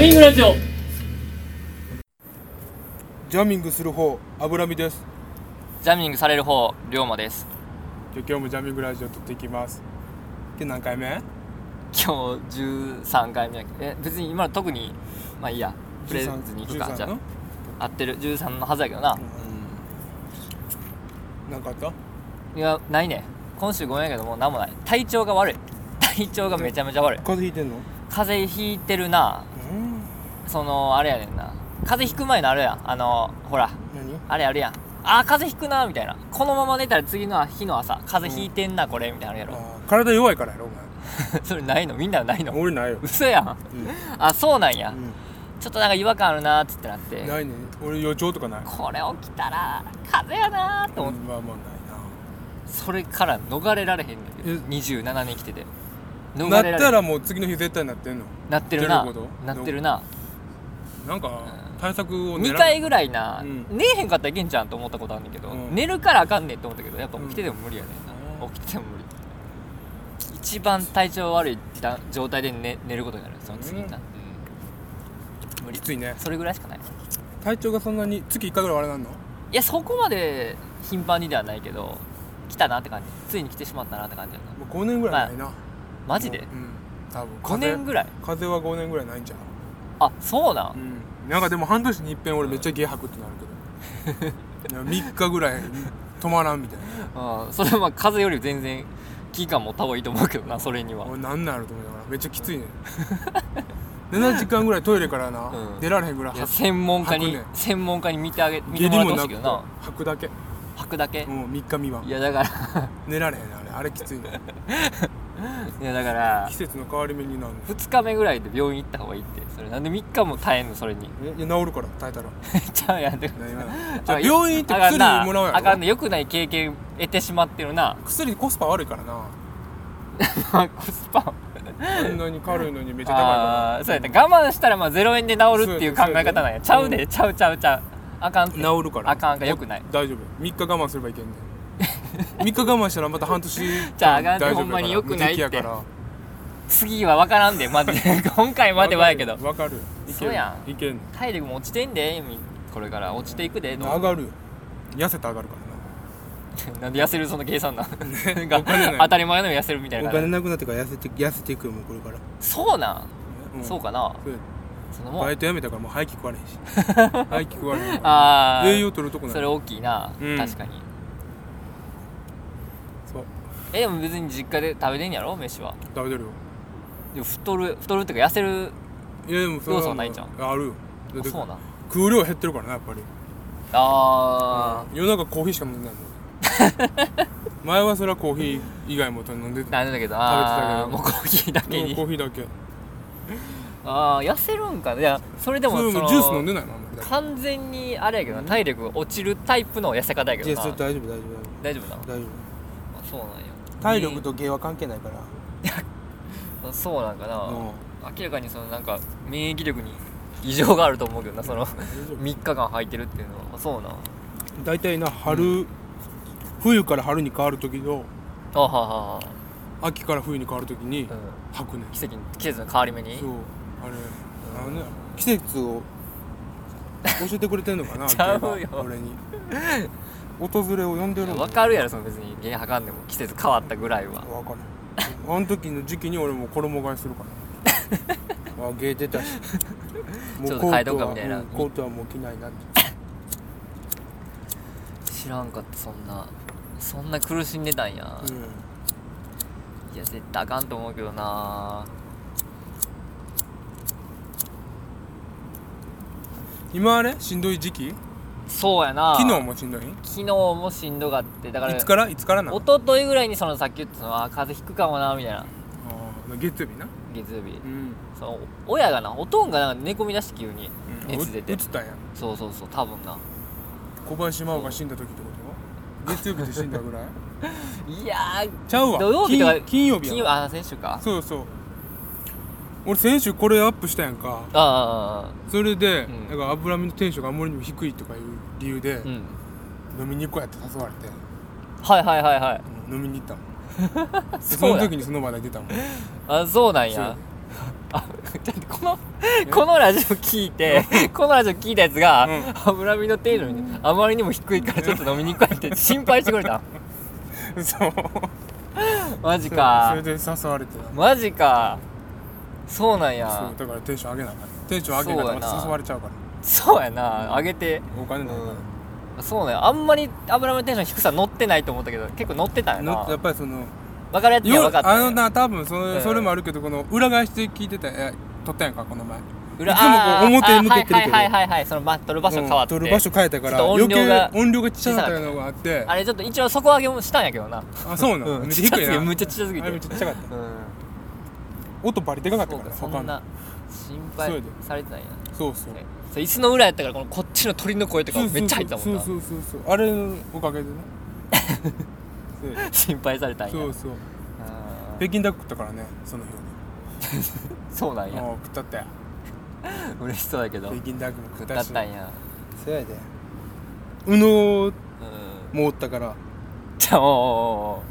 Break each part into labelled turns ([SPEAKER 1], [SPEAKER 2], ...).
[SPEAKER 1] ミングラジオ
[SPEAKER 2] ジャミングする方、油身です。
[SPEAKER 3] ジャミングされる方、龍馬です。
[SPEAKER 2] じゃあ今日もジャミングラジオ撮っていきます。今日何回目
[SPEAKER 3] 今日13回目やけど、え、別に今の特に、まあいいや、プレゼンズに行くか、
[SPEAKER 2] 13
[SPEAKER 3] じゃ
[SPEAKER 2] の
[SPEAKER 3] あ、合ってる、13のはずやけどな。
[SPEAKER 2] うん。なんかあった
[SPEAKER 3] いや、ないね。今週ごめんやけど、もうなんもない。体調が悪い。体調がめちゃめちゃ悪い。
[SPEAKER 2] 風邪ひいてんの
[SPEAKER 3] 風邪ひいてるな。
[SPEAKER 2] うん。
[SPEAKER 3] その、あれやねんな。風邪ひく前のあれやん。あの、ほら、
[SPEAKER 2] 何
[SPEAKER 3] あれあるやん。あー、風邪ひくな、みたいな。このまま寝たら次の日の朝、風邪ひいてんな、これ、みたいなのあるや
[SPEAKER 2] あー体弱いからやろ、お
[SPEAKER 3] ろ。 それないのみんなない
[SPEAKER 2] 前。
[SPEAKER 3] の
[SPEAKER 2] 俺ないよ。
[SPEAKER 3] 嘘やん。あ、そうなんや。
[SPEAKER 2] う
[SPEAKER 3] ちょっとなんか違和感あるなーっつってなって
[SPEAKER 2] ん。ないね。俺予兆とかない。
[SPEAKER 3] これ起きたら風やなーと思
[SPEAKER 2] う
[SPEAKER 3] って、
[SPEAKER 2] んまあまあな
[SPEAKER 3] それから逃れられへんねんけど
[SPEAKER 2] え
[SPEAKER 3] 27年生きてて逃
[SPEAKER 2] いな。な
[SPEAKER 3] れられ
[SPEAKER 2] ったらもう次の日絶対なってんの。
[SPEAKER 3] なってるな
[SPEAKER 2] 出ること
[SPEAKER 3] なってるな
[SPEAKER 2] なんか対策を狙う
[SPEAKER 3] 2回ぐらいな、
[SPEAKER 2] うん
[SPEAKER 3] 寝えへんかったらいけんじゃんと思ったことあるんだけど、
[SPEAKER 2] うん
[SPEAKER 3] 寝るからあかんねんと思ったけどやっぱ起きてても無理やねんな、
[SPEAKER 2] うん
[SPEAKER 3] 起きてても無理一番体調悪いだ状態で寝寝ることになるその次にな、
[SPEAKER 2] う
[SPEAKER 3] うん無理
[SPEAKER 2] きついね。
[SPEAKER 3] それぐらいしかない
[SPEAKER 2] 体調がそんなに月1回ぐらいあれなんの
[SPEAKER 3] いやそこまで頻繁にではないけど来たなって感じついに来てしまったなって感じやな
[SPEAKER 2] もう5年ぐらいないな。
[SPEAKER 3] マジで
[SPEAKER 2] もううん。多分。
[SPEAKER 3] 5年ぐ
[SPEAKER 2] らい
[SPEAKER 3] らい
[SPEAKER 2] 風邪は5年ぐらいないんちゃう
[SPEAKER 3] あそうなん、
[SPEAKER 2] うん、なんかでも半年に一遍俺めっちゃゲ吐くってなるけ どいや3日ぐらい止まらんみたいな
[SPEAKER 3] あーそれはまあ風邪より全然危機感持った方がいいと思うけどなそれには
[SPEAKER 2] 俺なんなんやろと思いながらめっちゃきついねん7時間ぐらいトイレからな、
[SPEAKER 3] うん
[SPEAKER 2] 出られへんぐらい
[SPEAKER 3] いや
[SPEAKER 2] 吐
[SPEAKER 3] 専門家に、
[SPEAKER 2] 吐くね
[SPEAKER 3] 専門家に見てあげ
[SPEAKER 2] く
[SPEAKER 3] 見て
[SPEAKER 2] 下
[SPEAKER 3] も
[SPEAKER 2] 痢も
[SPEAKER 3] らってほし
[SPEAKER 2] ないく
[SPEAKER 3] けどな
[SPEAKER 2] 吐くだけ
[SPEAKER 3] 吐くだけ、
[SPEAKER 2] もう3日未満
[SPEAKER 3] いやだから
[SPEAKER 2] 寝られへんねあれあれきつい ね
[SPEAKER 3] いやだから
[SPEAKER 2] 季節の変わり目になる
[SPEAKER 3] 2日目ぐらいで病院行った方がいいってそれなんで3日も耐えんのそれに
[SPEAKER 2] のいや治るから耐えたら
[SPEAKER 3] ちゃうやんで
[SPEAKER 2] 何がなじゃあ病院行って薬もらうやろ
[SPEAKER 3] あかんねよくない経験得てしまってるな
[SPEAKER 2] 薬コスパ悪いからな
[SPEAKER 3] コスパ
[SPEAKER 2] あんなに軽いのにめっちゃ高いか
[SPEAKER 3] あーそうやった我慢したらまあ0円で治るっていう考え方なんやちゃ
[SPEAKER 2] そううやで
[SPEAKER 3] でちゃうちゃうちゃうあかんって
[SPEAKER 2] ら治るから
[SPEAKER 3] あかんあかんよくない
[SPEAKER 2] 大丈夫3日我慢すればいけんねん 3日我慢したらまた半年
[SPEAKER 3] じゃああかん
[SPEAKER 2] 大
[SPEAKER 3] って
[SPEAKER 2] 丈夫やから
[SPEAKER 3] ほんまに良くないって
[SPEAKER 2] 無敵やから
[SPEAKER 3] 次は分からんでマジで 今回まではやけど
[SPEAKER 2] わかるよいける
[SPEAKER 3] そうやん
[SPEAKER 2] いけんね
[SPEAKER 3] 体力も落ちてんでみこれから落ちていくで
[SPEAKER 2] ん
[SPEAKER 3] ど
[SPEAKER 2] 上
[SPEAKER 3] う
[SPEAKER 2] がるよ痩せて上がるから
[SPEAKER 3] なんで痩せるその計算なんなん
[SPEAKER 2] お金ない
[SPEAKER 3] か当たり前のように痩せるみたいな感じ
[SPEAKER 2] なくなってから痩せて痩せていくよもうこれから、
[SPEAKER 3] そうなん、
[SPEAKER 2] ん
[SPEAKER 3] そうかな
[SPEAKER 2] そうや
[SPEAKER 3] そのも
[SPEAKER 2] バ
[SPEAKER 3] ん
[SPEAKER 2] イト辞めたからもう廃棄食われへん し廃棄食われへんから
[SPEAKER 3] ああ
[SPEAKER 2] 栄養取るとこない
[SPEAKER 3] それ大きいな、
[SPEAKER 2] うん
[SPEAKER 3] 確かに
[SPEAKER 2] そう
[SPEAKER 3] えでも別に実家で食べてんやろ飯は
[SPEAKER 2] 食べてるよ
[SPEAKER 3] でも太る太るっていうか痩せる
[SPEAKER 2] いやでもそれは
[SPEAKER 3] 要素はないんち
[SPEAKER 2] あ
[SPEAKER 3] ゃ
[SPEAKER 2] るよだ
[SPEAKER 3] あ
[SPEAKER 2] って
[SPEAKER 3] そうなん
[SPEAKER 2] 食う量減ってるからなやっぱり
[SPEAKER 3] あ
[SPEAKER 2] 夜中コーヒーしか飲んでないもん 前はそれはコーヒー以外も飲んで
[SPEAKER 3] ー
[SPEAKER 2] た
[SPEAKER 3] なんでだけどああ
[SPEAKER 2] 食べ
[SPEAKER 3] もう
[SPEAKER 2] て
[SPEAKER 3] コーヒーだけ
[SPEAKER 2] もう
[SPEAKER 3] に
[SPEAKER 2] コーヒーだけ
[SPEAKER 3] ああ痩せるんかないやそれで
[SPEAKER 2] で
[SPEAKER 3] も
[SPEAKER 2] も
[SPEAKER 3] その
[SPEAKER 2] ジュース飲んでないのあんまりだから
[SPEAKER 3] 完全にあれやけどな体力が落ちるタイプの痩せ方やけどな
[SPEAKER 2] 大丈夫大丈
[SPEAKER 3] 大丈夫なの
[SPEAKER 2] 夫大丈
[SPEAKER 3] そうなんや
[SPEAKER 2] と芸は関係ないから
[SPEAKER 3] とそうなんかな、
[SPEAKER 2] うん
[SPEAKER 3] 明らかにそのなんか免疫力に異常があると思うけどな その
[SPEAKER 2] 丈夫
[SPEAKER 3] 3日間履いてるっていうのはそうなん
[SPEAKER 2] 大体な春、冬から春に変わる時と
[SPEAKER 3] あはははは、
[SPEAKER 2] 秋から冬に変わる時に
[SPEAKER 3] うん、
[SPEAKER 2] 吐くねん、
[SPEAKER 3] 季節の季節の変わり目に
[SPEAKER 2] そうあれ、あのね季節を教えてくれてんのかな
[SPEAKER 3] ちゃうよ
[SPEAKER 2] 芸が俺に訪れを呼んでるの
[SPEAKER 3] 分かるやろその別に原履かんでも季節変わったぐらいは
[SPEAKER 2] わかるあの時の時期に俺もう衣替えするから あ芸出たし
[SPEAKER 3] ちょっと
[SPEAKER 2] コートは
[SPEAKER 3] 変えとこうかみたいな
[SPEAKER 2] うんコートはもう着ないなって
[SPEAKER 3] 知らんかったそんなそんな苦しんでたんや、
[SPEAKER 2] うん
[SPEAKER 3] いや絶対あかんと思うけどな
[SPEAKER 2] 今あれしんどい時期
[SPEAKER 3] そうやな
[SPEAKER 2] 昨日もしんどい
[SPEAKER 3] 昨日もしんどかってだから
[SPEAKER 2] いつからいつからな
[SPEAKER 3] 一昨日ぐらいにそのさっき言ってたのは風邪ひくかもなみたいな
[SPEAKER 2] あー月曜日な
[SPEAKER 3] 月曜日
[SPEAKER 2] うん
[SPEAKER 3] その親がなおとんがなんか寝込み出して急に熱出て
[SPEAKER 2] 打つたんや
[SPEAKER 3] そうそうそう多分な
[SPEAKER 2] 小林真央が死んだ時ってこと月曜日で死んだぐらい
[SPEAKER 3] いやー
[SPEAKER 2] ちゃうわ
[SPEAKER 3] 土曜日とか
[SPEAKER 2] 金金曜日や
[SPEAKER 3] 金曜あ先週か
[SPEAKER 2] そうそう俺先週これアップしたやんか
[SPEAKER 3] あ
[SPEAKER 2] それで、
[SPEAKER 3] うん
[SPEAKER 2] なんか脂身のテンションがあんまりにも低いとかいう理由で、
[SPEAKER 3] あうん
[SPEAKER 2] 飲みに行こうやって誘われて
[SPEAKER 3] はいはいはいはい
[SPEAKER 2] うん飲みに行ったもんで
[SPEAKER 3] そう
[SPEAKER 2] そ
[SPEAKER 3] や
[SPEAKER 2] の時にその場で出たもん
[SPEAKER 3] あそうなん
[SPEAKER 2] そう
[SPEAKER 3] やあちょっとこのこのラジオ聞いてこのラジオ聞いたやつが、脂身の程度にあまりにも低いからちょっと飲みにくいって心配してくれ た
[SPEAKER 2] そう
[SPEAKER 3] マジ
[SPEAKER 2] そ
[SPEAKER 3] か
[SPEAKER 2] れで誘われてな
[SPEAKER 3] マジかそうなんや
[SPEAKER 2] そうだからテンション上げなあかんテンション上げなあかんま
[SPEAKER 3] そうや
[SPEAKER 2] た
[SPEAKER 3] な
[SPEAKER 2] 誘われちゃうから
[SPEAKER 3] そうやな上げて
[SPEAKER 2] お金ないから
[SPEAKER 3] そうねあんまり油のテンション低さ乗ってないと思ったけど結構乗ってたんや
[SPEAKER 2] のや
[SPEAKER 3] な
[SPEAKER 2] っぱりその
[SPEAKER 3] 分かるやつには分かった
[SPEAKER 2] あ
[SPEAKER 3] ね、
[SPEAKER 2] のな多分それ,、
[SPEAKER 3] うん
[SPEAKER 2] それもあるけどこの裏返して聞いてたえ撮ったやんかこの前
[SPEAKER 3] 裏
[SPEAKER 2] いつもこう表に向けてるけど
[SPEAKER 3] あーはいはいはいはい、はい、そのま取る場所変わって、
[SPEAKER 2] うん撮る場所変えたか
[SPEAKER 3] ち
[SPEAKER 2] ら
[SPEAKER 3] ょっと音
[SPEAKER 2] 余
[SPEAKER 3] 量
[SPEAKER 2] 計
[SPEAKER 3] が
[SPEAKER 2] 音量がちっちゃかったのがあって
[SPEAKER 3] あれちょっと一応底上げもしたんやけどな
[SPEAKER 2] あそうなの、
[SPEAKER 3] うん
[SPEAKER 2] めっ
[SPEAKER 3] ち
[SPEAKER 2] ち
[SPEAKER 3] っ
[SPEAKER 2] ゃ
[SPEAKER 3] ちゃ
[SPEAKER 2] 低い
[SPEAKER 3] すぎ
[SPEAKER 2] な
[SPEAKER 3] むっちゃちっちゃすぎ
[SPEAKER 2] あ
[SPEAKER 3] て
[SPEAKER 2] れめっちゃちっちゃかった
[SPEAKER 3] うん
[SPEAKER 2] 音バリでかかった
[SPEAKER 3] そう
[SPEAKER 2] か
[SPEAKER 3] からそ
[SPEAKER 2] 他
[SPEAKER 3] ん
[SPEAKER 2] の
[SPEAKER 3] な
[SPEAKER 2] そ
[SPEAKER 3] 心
[SPEAKER 2] う
[SPEAKER 3] 配
[SPEAKER 2] やで
[SPEAKER 3] されてないな
[SPEAKER 2] そうそう
[SPEAKER 3] ねそう椅子の裏やったからこのこっちの鳥の声とかめっちゃ入ったもんな
[SPEAKER 2] そうそうそうそうあれのおかげで ねそうや
[SPEAKER 3] 心配されたんや
[SPEAKER 2] そうそう
[SPEAKER 3] あー
[SPEAKER 2] 北京ダック食ったからねその日はね
[SPEAKER 3] そうなんや
[SPEAKER 2] もう食ったったよ
[SPEAKER 3] 嬉しそうだけど
[SPEAKER 2] 北京ダックも食っ
[SPEAKER 3] 食ったた
[SPEAKER 2] し
[SPEAKER 3] ったんや
[SPEAKER 2] そうやでうの
[SPEAKER 3] うん
[SPEAKER 2] もおったから
[SPEAKER 3] じゃあお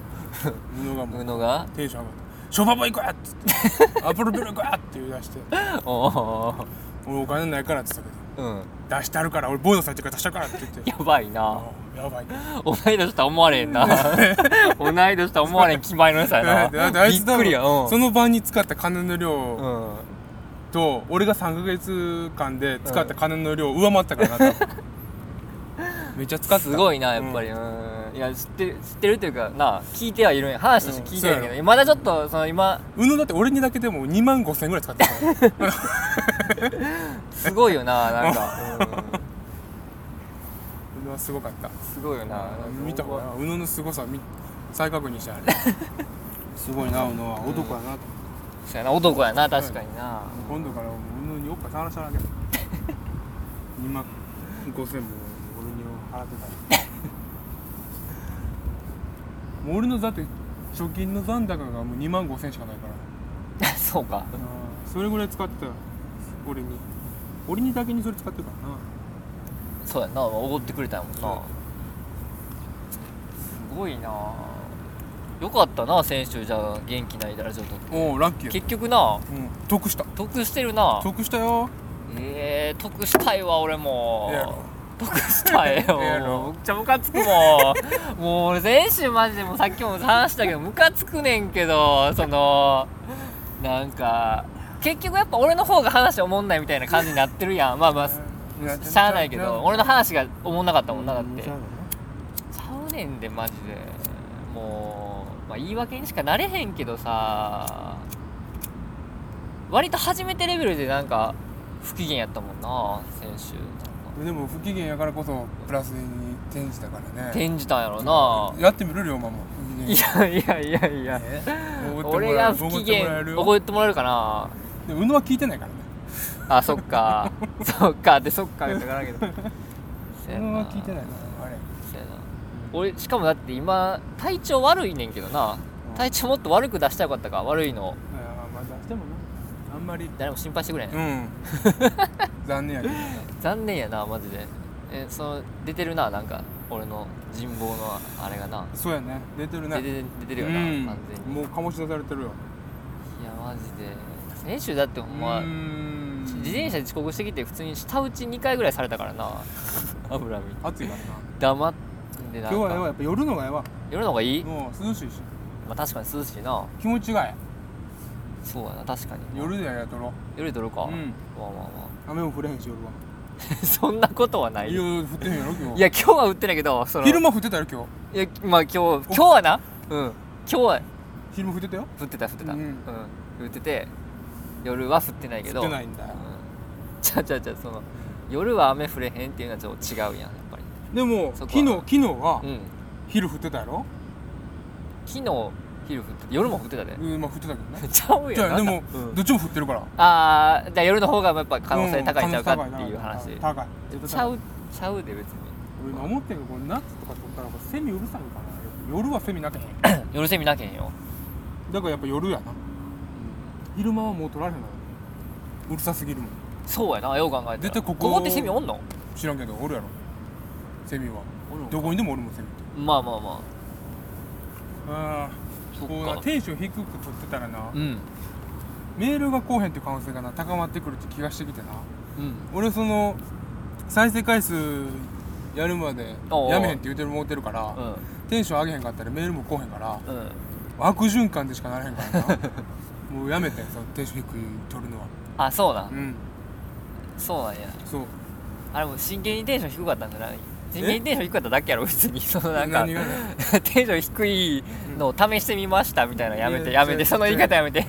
[SPEAKER 2] うのが
[SPEAKER 3] ーおーおー
[SPEAKER 2] も
[SPEAKER 3] う
[SPEAKER 2] う
[SPEAKER 3] のが
[SPEAKER 2] テンション上がった「ショーパブ行くや!」っつ って「アップルブル行くや!」って言い出して
[SPEAKER 3] おおー
[SPEAKER 2] 「俺お金ないから」って言ってた
[SPEAKER 3] おーうん
[SPEAKER 2] けど「出してあるから俺ボーナス入ってるから出したから」って言って
[SPEAKER 3] やばい
[SPEAKER 2] あ
[SPEAKER 3] な
[SPEAKER 2] あやばいね
[SPEAKER 3] 同い年とは思われへんな同い年とは思われへん気前の良さ
[SPEAKER 2] だ
[SPEAKER 3] や
[SPEAKER 2] って だって
[SPEAKER 3] な
[SPEAKER 2] あ
[SPEAKER 3] び
[SPEAKER 2] い
[SPEAKER 3] っ
[SPEAKER 2] つだ
[SPEAKER 3] くりや
[SPEAKER 2] も
[SPEAKER 3] うんん
[SPEAKER 2] その場に使った金の
[SPEAKER 3] う
[SPEAKER 2] 量
[SPEAKER 3] ん
[SPEAKER 2] と俺が3ヶ月間で使った金の量上回ったからな多分めっちゃ使ってた
[SPEAKER 3] すごいなやっぱり、うん、いや知ってる知ってるというかなあ聞いてはいるんや話として聞いてるんや
[SPEAKER 2] うんそ
[SPEAKER 3] け
[SPEAKER 2] う
[SPEAKER 3] ど、まだちょっとその今
[SPEAKER 2] うのだって俺にだけでも2万5千ぐらい使って たから
[SPEAKER 3] すごい よななんか、
[SPEAKER 2] うのはすごかった
[SPEAKER 3] うん、すごいよななんか
[SPEAKER 2] 見た方がうののすごさみ再確認して あれすごいなうのは男やなと
[SPEAKER 3] そうやな男やな確かにな、
[SPEAKER 2] 今度からもううのにおっぱい探したらあげる2万5千も俺に払ってたらもう俺のだって貯金の残高がもう2万5千しかないから
[SPEAKER 3] そうか
[SPEAKER 2] それぐらい使ってたよ俺に俺にだけにそれ使ってるからな
[SPEAKER 3] そうやなおごってくれたやもんな
[SPEAKER 2] そう
[SPEAKER 3] すごいなよかったな先週じゃあ元気ないだらちょっと
[SPEAKER 2] おおラッキーや
[SPEAKER 3] 結局な
[SPEAKER 2] うん得した
[SPEAKER 3] 得してるな
[SPEAKER 2] 得したよ
[SPEAKER 3] えー、得したいわ俺も
[SPEAKER 2] ええやろ
[SPEAKER 3] 得した いよ
[SPEAKER 2] ええやろ
[SPEAKER 3] もうめっちゃムカつくも んもう俺先週マジでもうさっきも話したけどムカつくねんけどそのなんか結局やっぱ俺の方が話おもんないみたいな感じになってるやんまあまあししゃあないけど俺の話がおもんなかったもんなだってちゃうねんでマジでもう、まあ、言い訳にしかなれへんけどさ割と初めてレベルでなんか不機嫌やったもんな先週
[SPEAKER 2] でも不機嫌やからこそプラスに転じたからね
[SPEAKER 3] 転じたんやろな
[SPEAKER 2] やってみる龍馬も不機
[SPEAKER 3] い
[SPEAKER 2] 嫌
[SPEAKER 3] やいやいやいや
[SPEAKER 2] おごって
[SPEAKER 3] 俺
[SPEAKER 2] もらえ
[SPEAKER 3] が
[SPEAKER 2] る
[SPEAKER 3] 不機
[SPEAKER 2] おごってもら
[SPEAKER 3] 嫌
[SPEAKER 2] えるよ
[SPEAKER 3] 怒ってもらえるかな
[SPEAKER 2] でもうのは聞いてないからね
[SPEAKER 3] あそっ かそっかでそっかってからんけどそうや
[SPEAKER 2] のは聞いてない
[SPEAKER 3] そ
[SPEAKER 2] からあれ
[SPEAKER 3] うやな俺しかもだって今体調悪いねんけどな
[SPEAKER 2] うん
[SPEAKER 3] 体調もっと悪く出したらよかったか悪いの
[SPEAKER 2] あーまあ出してもなあんまり
[SPEAKER 3] 誰も心配してくれへん、
[SPEAKER 2] うん 残念やけど
[SPEAKER 3] 残念やなマジでえその出てるななんか俺の人望のあれがな
[SPEAKER 2] そうやね出てる
[SPEAKER 3] 出
[SPEAKER 2] ね
[SPEAKER 3] て出てるよ
[SPEAKER 2] う
[SPEAKER 3] な、
[SPEAKER 2] ん
[SPEAKER 3] 完全にい
[SPEAKER 2] もう醸し出されてるよ
[SPEAKER 3] やマジで先週だってほんま、
[SPEAKER 2] うーん
[SPEAKER 3] 自転車で遅刻してきて普通に舌打ち2回ぐらいされたか らな油見
[SPEAKER 2] 暑いからな
[SPEAKER 3] 黙ってな
[SPEAKER 2] 今
[SPEAKER 3] ん
[SPEAKER 2] 日はええわや
[SPEAKER 3] か
[SPEAKER 2] っぱ夜のがええわ
[SPEAKER 3] 夜の方がいい、
[SPEAKER 2] もう涼しいし
[SPEAKER 3] まあ、確かに涼しいな
[SPEAKER 2] 気持ちがえ
[SPEAKER 3] そうやな確かに
[SPEAKER 2] え夜でやとろ
[SPEAKER 3] 夜撮るか、
[SPEAKER 2] ううん
[SPEAKER 3] まあまあ ま
[SPEAKER 2] 雨も降れへんし夜は
[SPEAKER 3] あそんなことはない
[SPEAKER 2] いや
[SPEAKER 3] い
[SPEAKER 2] 降ってへんやろ今日
[SPEAKER 3] や今日は売ってないけどその
[SPEAKER 2] 昼間降ってたよ今日
[SPEAKER 3] いやまあ今日今日はなうん今日は
[SPEAKER 2] 昼間降ってたよ
[SPEAKER 3] 降ってた降ってた
[SPEAKER 2] う
[SPEAKER 3] うんん、降ってて夜は降ってないけど
[SPEAKER 2] 降ってないんだ
[SPEAKER 3] う
[SPEAKER 2] よ
[SPEAKER 3] んちゃうちゃうちゃうその夜は雨降れへんっていうのはちょっと違うやんやっぱり
[SPEAKER 2] でも
[SPEAKER 3] そ
[SPEAKER 2] 昨
[SPEAKER 3] こは
[SPEAKER 2] 日昨日は
[SPEAKER 3] うん
[SPEAKER 2] 昼降ってたやろ
[SPEAKER 3] 昨日昼降って夜も降ってたで
[SPEAKER 2] うんまあ降ってたけどね
[SPEAKER 3] ちゃうやん
[SPEAKER 2] じゃあで
[SPEAKER 3] なん
[SPEAKER 2] も
[SPEAKER 3] かうん
[SPEAKER 2] どっちも降ってるから
[SPEAKER 3] ああじゃあ夜の方がやっぱ可能性高いんちゃうか
[SPEAKER 2] 可能性
[SPEAKER 3] っていう話
[SPEAKER 2] 高い
[SPEAKER 3] ち
[SPEAKER 2] 高い
[SPEAKER 3] ゃうちゃうで別に
[SPEAKER 2] 俺今思ってんけどこれ夏とか撮ったらこれセミうるさいんかな夜はセミなけへんだか
[SPEAKER 3] 夜セミなけんよ
[SPEAKER 2] らやっぱ夜やな昼間はもう撮られへんのようるさすぎるもん
[SPEAKER 3] そうやなよう考えたら
[SPEAKER 2] 絶対ここ
[SPEAKER 3] ってセミおんの
[SPEAKER 2] 知らんけどおるやろセミは
[SPEAKER 3] おるんか
[SPEAKER 2] どこにでもおるもんセミって
[SPEAKER 3] まあまあま
[SPEAKER 2] ああ
[SPEAKER 3] あそ
[SPEAKER 2] こうな
[SPEAKER 3] っか
[SPEAKER 2] テンション低く撮ってたらな
[SPEAKER 3] うん
[SPEAKER 2] メールがこうへんって可能性がな高まってくるって気がしてきてな
[SPEAKER 3] うん
[SPEAKER 2] 俺その再生回数やるまで
[SPEAKER 3] おうおう
[SPEAKER 2] やめへんって言うてるもうてるから、
[SPEAKER 3] うん
[SPEAKER 2] テンション上げへんかったらメールも来へんから
[SPEAKER 3] うん
[SPEAKER 2] 悪循環でしかならへんからな もうやめてそのテンション低い取るのは
[SPEAKER 3] あそう
[SPEAKER 2] う
[SPEAKER 3] なん
[SPEAKER 2] ん
[SPEAKER 3] そうなんや
[SPEAKER 2] そう
[SPEAKER 3] あれもう真剣にテンション低かったんじゃない真剣にテンション低かっただけやろ別にそのなんか
[SPEAKER 2] 何がね
[SPEAKER 3] テンション低いのを試してみましたみたいなのやめて
[SPEAKER 2] いや
[SPEAKER 3] やめて
[SPEAKER 2] 違う
[SPEAKER 3] その言い方やめて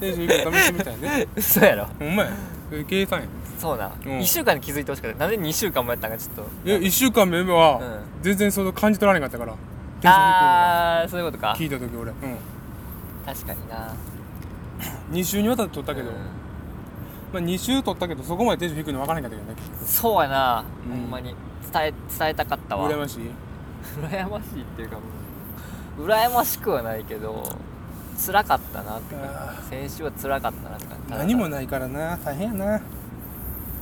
[SPEAKER 2] テンション低いから試してみたいね
[SPEAKER 3] 嘘やろ
[SPEAKER 2] ほんまやそれ計算や
[SPEAKER 3] そうなん
[SPEAKER 2] うん
[SPEAKER 3] 1週間で気づいてほしかったなんで2週間もやったんかちょっと
[SPEAKER 2] え1週間目は全然その感じ取られなかったからテンション低いのが
[SPEAKER 3] ああそういうことか
[SPEAKER 2] 聞いた時俺うん
[SPEAKER 3] 確かにな
[SPEAKER 2] 2週にわたって撮ったけど、
[SPEAKER 3] うん
[SPEAKER 2] まあ、2週撮ったけどそこまでテンション低いの分からへんかったけどね
[SPEAKER 3] そうやな
[SPEAKER 2] うん
[SPEAKER 3] ほんまに伝え伝えたかったわ
[SPEAKER 2] 羨ましい
[SPEAKER 3] 羨ましいっていうかもう羨ましくはないけど辛かったなって感
[SPEAKER 2] あ
[SPEAKER 3] じ先週は辛かったなって感じ
[SPEAKER 2] 何もないからな大変やな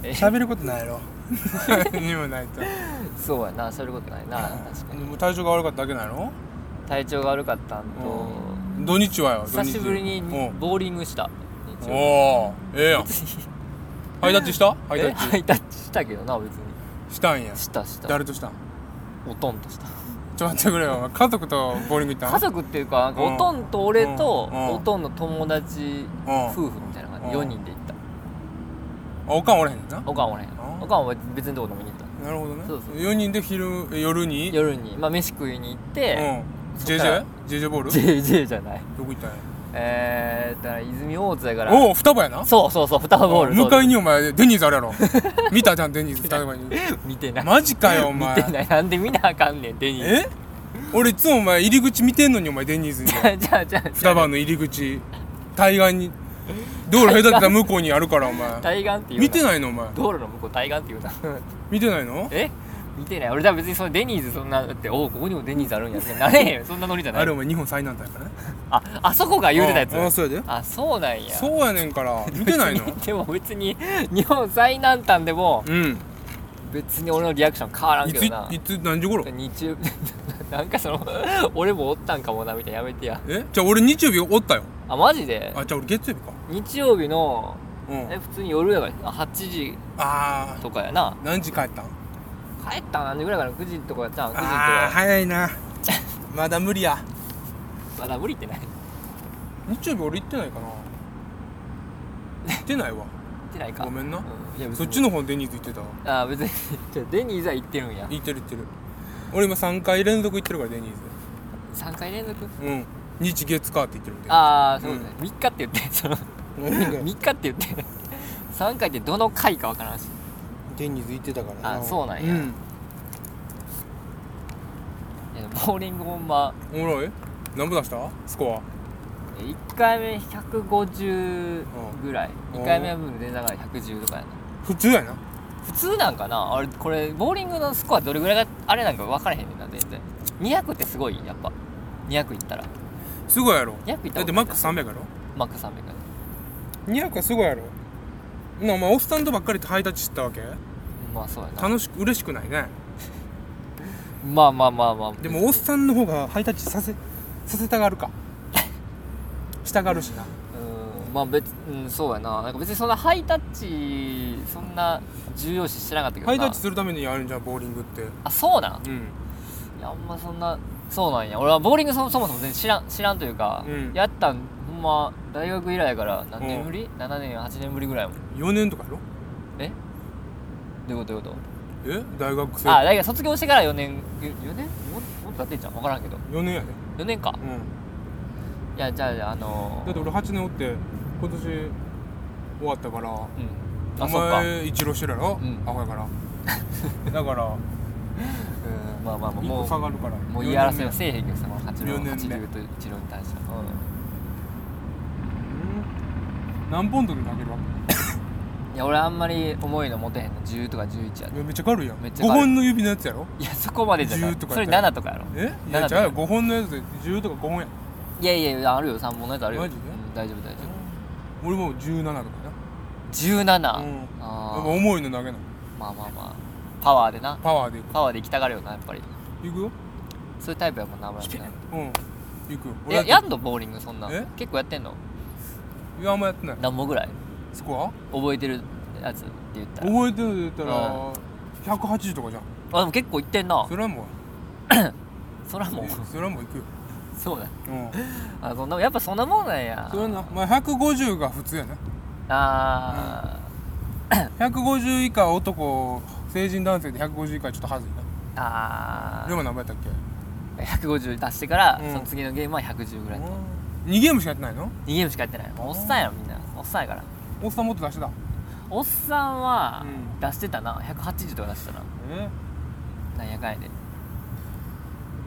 [SPEAKER 3] え
[SPEAKER 2] 喋ることない やろ何もないと
[SPEAKER 3] そうやなそういうことないな確か
[SPEAKER 2] で
[SPEAKER 3] に
[SPEAKER 2] も体調が悪かっただけなの
[SPEAKER 3] 体調が悪かったんと
[SPEAKER 2] 土日はよ土
[SPEAKER 3] 久
[SPEAKER 2] 日
[SPEAKER 3] しぶりに
[SPEAKER 2] うん
[SPEAKER 3] ボーリングした日
[SPEAKER 2] お
[SPEAKER 3] 曜
[SPEAKER 2] おええ やんハイタッチしたハイタ
[SPEAKER 3] えハ
[SPEAKER 2] ッ
[SPEAKER 3] イタッチしたけどな別に
[SPEAKER 2] チしたんや
[SPEAKER 3] したした
[SPEAKER 2] 誰としたん
[SPEAKER 3] おとんとし
[SPEAKER 2] ち
[SPEAKER 3] た
[SPEAKER 2] ょっと待ってくれよ家族とボーリング行ったん
[SPEAKER 3] 家族っていうかなんか
[SPEAKER 2] うん
[SPEAKER 3] おとんと俺と
[SPEAKER 2] うん
[SPEAKER 3] おとんの友達
[SPEAKER 2] うん
[SPEAKER 3] 夫婦みたいな感じ
[SPEAKER 2] うん
[SPEAKER 3] 4人で行った
[SPEAKER 2] あおかんおらへんねんな
[SPEAKER 3] おかんおらへん
[SPEAKER 2] うん
[SPEAKER 3] おかんは別のとこ飲みに行った
[SPEAKER 2] なるほどね
[SPEAKER 3] そうそう
[SPEAKER 2] 4人で昼え夜に
[SPEAKER 3] 夜にまあ飯食いに行っ
[SPEAKER 2] うん
[SPEAKER 3] て
[SPEAKER 2] JJ?JJ
[SPEAKER 3] そっから
[SPEAKER 2] ボール
[SPEAKER 3] JJ じゃない
[SPEAKER 2] どこ行ったんや
[SPEAKER 3] えーだから泉大津やから
[SPEAKER 2] おお双葉やな
[SPEAKER 3] そうそうそう双葉ボール
[SPEAKER 2] 向かい
[SPEAKER 3] に
[SPEAKER 2] にお前デニーズあるやろ見たじゃんデニーズ双葉に
[SPEAKER 3] 見てない
[SPEAKER 2] マジかよお
[SPEAKER 3] 見
[SPEAKER 2] 前
[SPEAKER 3] てないなんで見なあかんねんデニーズ
[SPEAKER 2] え俺いつもお前入り口見てんのにお前デニーズに
[SPEAKER 3] じゃあじゃあじゃあ
[SPEAKER 2] 双葉の入り口対岸に道路隔てたら向こうにあるからお前
[SPEAKER 3] 対岸って言うな
[SPEAKER 2] 見てないのお前
[SPEAKER 3] 道路の向こう対岸って言うな
[SPEAKER 2] 見てないの
[SPEAKER 3] え見てない俺だ別にそのデニーズそんなだっておおここにもデニーズあるんやってなれへんよそんなノリじゃない
[SPEAKER 2] あれお前日本最南端やからね
[SPEAKER 3] ああそこが言うてたやつ
[SPEAKER 2] ああそうやで
[SPEAKER 3] あそうなんや
[SPEAKER 2] そうやねんから見てないの
[SPEAKER 3] 別にでも別に日本最南端でも
[SPEAKER 2] うん
[SPEAKER 3] 別に俺のリアクション変わらん
[SPEAKER 2] い
[SPEAKER 3] け
[SPEAKER 2] つ
[SPEAKER 3] どない
[SPEAKER 2] つ何時頃
[SPEAKER 3] 日曜 なんかその俺もおったんかもなみたいなやめてや
[SPEAKER 2] えじゃあ俺日曜日おったよ
[SPEAKER 3] あマジで
[SPEAKER 2] あじゃあ俺月曜日か
[SPEAKER 3] 日曜日の
[SPEAKER 2] うん
[SPEAKER 3] え普通に夜やからあ8時
[SPEAKER 2] ああ
[SPEAKER 3] とかやな
[SPEAKER 2] 何時帰ったん
[SPEAKER 3] 帰ったん何時ぐらいから9時とかやったん9時と
[SPEAKER 2] ああ
[SPEAKER 3] か
[SPEAKER 2] 早いなまだ無理や
[SPEAKER 3] まだ無理ってない
[SPEAKER 2] 日曜日俺行ってないかな行ってないわ
[SPEAKER 3] 行ってないか
[SPEAKER 2] ごめんな
[SPEAKER 3] うんいや別
[SPEAKER 2] そ
[SPEAKER 3] に
[SPEAKER 2] っちの方デニーズ行ってたわ
[SPEAKER 3] あ別に じゃあデニーズは行ってるんや
[SPEAKER 2] 行ってる行ってる俺今3回連続行ってるからデニーズ
[SPEAKER 3] 3回連続
[SPEAKER 2] うん日月火って言ってるんで
[SPEAKER 3] ああそううんだね、3日って言 ってその
[SPEAKER 2] なん
[SPEAKER 3] 3
[SPEAKER 2] か
[SPEAKER 3] 日って言って 3回ってどの回かわからんし
[SPEAKER 2] デニーズ行ってたからな
[SPEAKER 3] あそうなんやいやボーリングほんま
[SPEAKER 2] おもろい何分出したスコ
[SPEAKER 3] 1回目150ぐらい
[SPEAKER 2] うん
[SPEAKER 3] 2回目は分全然だから110とかやな
[SPEAKER 2] ア普通やな
[SPEAKER 3] 普通なんかなあれこれボーリングのスコアどれぐらいがあれなんか分からへんねんな全然200ってすごいやっぱ200いったら
[SPEAKER 2] すごいやろ
[SPEAKER 3] 200いったら
[SPEAKER 2] だってマックス300やろ
[SPEAKER 3] マックス300や
[SPEAKER 2] 200はすごいやろなお前オフサンドばっかりとハイタッチしてたわけ
[SPEAKER 3] まあそうやな
[SPEAKER 2] 楽しく嬉しくないね
[SPEAKER 3] まあまあまあまあ
[SPEAKER 2] でもおっさんの方がハイタッチさせさせたがるか したがるしな
[SPEAKER 3] うんまあ別うんそうやななんか別にそんなハイタッチそんな重要視してなかったけどな
[SPEAKER 2] ハイタッチするためにやるんじゃんボーリングって
[SPEAKER 3] あそうなん
[SPEAKER 2] うん
[SPEAKER 3] いやあんまそんなそうなんや俺はボーリングそもそも全然知らん知らんというか、
[SPEAKER 2] うん
[SPEAKER 3] やったんほんま大学以来やから何年ぶり、7年8年ぶりぐらいも
[SPEAKER 2] 4年とかやろ
[SPEAKER 3] えどういうことどういうこ
[SPEAKER 2] え大学生
[SPEAKER 3] とあ大学卒業してから4年4年ももっと経ってんじゃん分からんけど
[SPEAKER 2] 4年やね
[SPEAKER 3] 4年か
[SPEAKER 2] うん
[SPEAKER 3] いやじゃあじゃああの
[SPEAKER 2] だって
[SPEAKER 3] ー、
[SPEAKER 2] 俺8年おって今年終わったから
[SPEAKER 3] うん
[SPEAKER 2] お
[SPEAKER 3] あそっか、
[SPEAKER 2] 前一浪してるやろ、
[SPEAKER 3] うん
[SPEAKER 2] アホや からだから
[SPEAKER 3] うんまあまあまあ
[SPEAKER 2] 一個
[SPEAKER 3] も
[SPEAKER 2] 下がるから
[SPEAKER 3] うもう言い
[SPEAKER 2] 四年
[SPEAKER 3] 争い
[SPEAKER 2] 目
[SPEAKER 3] はせえへんけどさこの八
[SPEAKER 2] 四
[SPEAKER 3] 郎
[SPEAKER 2] 年目
[SPEAKER 3] 八流と一郎に対しては、
[SPEAKER 2] うん何ポンドで投げるわ
[SPEAKER 3] うん、いや俺あんまり重いの持てへんの10とか11や
[SPEAKER 2] けいやめっちゃ軽いやん
[SPEAKER 3] めっちゃ
[SPEAKER 2] 5
[SPEAKER 3] 軽い
[SPEAKER 2] 本の指のやつやろ
[SPEAKER 3] いやそこまでじゃない
[SPEAKER 2] 10とか
[SPEAKER 3] そ
[SPEAKER 2] や
[SPEAKER 3] れ
[SPEAKER 2] ったら
[SPEAKER 3] 7とかやろ
[SPEAKER 2] えい
[SPEAKER 3] な
[SPEAKER 2] や違
[SPEAKER 3] んだっけ
[SPEAKER 2] うよ5本のやつで10とか5本や
[SPEAKER 3] いやいやあるよ3本のやつあるよ
[SPEAKER 2] マジで
[SPEAKER 3] うん、大丈夫大丈
[SPEAKER 2] 俺もう17とかや
[SPEAKER 3] 夫17、
[SPEAKER 2] なうんやっ
[SPEAKER 3] あ
[SPEAKER 2] ぱ
[SPEAKER 3] ー
[SPEAKER 2] 重いの投げない
[SPEAKER 3] まあまあまあパワーでな
[SPEAKER 2] パワーでいく
[SPEAKER 3] パワーで行きたがるよなやっぱり
[SPEAKER 2] いくよ
[SPEAKER 3] そういうタイプやもんな村木な
[SPEAKER 2] うんいくよ
[SPEAKER 3] えやんのボーリングそんなん
[SPEAKER 2] え
[SPEAKER 3] 結構やってんの
[SPEAKER 2] いやあんまやってない
[SPEAKER 3] 何本ぐらい
[SPEAKER 2] そこは
[SPEAKER 3] 覚えてるやつって言ったら
[SPEAKER 2] 覚えてるって言った
[SPEAKER 3] う
[SPEAKER 2] ら180とかじゃん
[SPEAKER 3] あでも結構いってんな
[SPEAKER 2] それはも
[SPEAKER 3] そらもう
[SPEAKER 2] うそれはもういくよ
[SPEAKER 3] そうだ
[SPEAKER 2] うん
[SPEAKER 3] あそんなやっぱそんなもんなんや
[SPEAKER 2] それはなまあ150が普通やな
[SPEAKER 3] あ
[SPEAKER 2] 150以下男成人男性で150以下はちょっとはずい
[SPEAKER 3] ーあ
[SPEAKER 2] なで
[SPEAKER 3] ー
[SPEAKER 2] も何倍やったっけ
[SPEAKER 3] 150出してから、
[SPEAKER 2] うん
[SPEAKER 3] その次のゲームは110ぐらい2
[SPEAKER 2] 2ゲームしかやってないの
[SPEAKER 3] ゲームしかやってないおっさんやろみんなおっさんやから
[SPEAKER 2] おっさんもっと出してた
[SPEAKER 3] おっさんは
[SPEAKER 2] うん
[SPEAKER 3] 出してたな180とか出してたな
[SPEAKER 2] え
[SPEAKER 3] なんやかんやで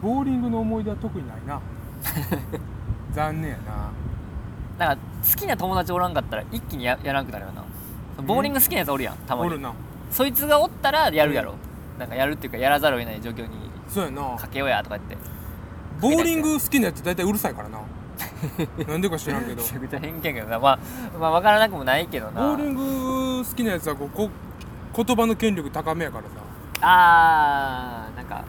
[SPEAKER 2] ボーリングの思い出は特にない な残念やな
[SPEAKER 3] なんか好きな友達おらんかったら一気にややらんくなるよなボーリング好きなやつおるやんたま
[SPEAKER 2] お
[SPEAKER 3] に
[SPEAKER 2] るな
[SPEAKER 3] そいつがおったらやるやろ、なんかやるっていうかやらざるを得ない状況に
[SPEAKER 2] そうやな
[SPEAKER 3] かけようやとか言って
[SPEAKER 2] ボーリング好きなやつ大体うるさいから ななんでか知らんけど
[SPEAKER 3] めちゃくちゃ偏見やけどなまあ、まあ、分からなくもないけど
[SPEAKER 2] ボ
[SPEAKER 3] な
[SPEAKER 2] ーリング好きなやつはこうこ言葉の権力高めやからさ
[SPEAKER 3] あーなんか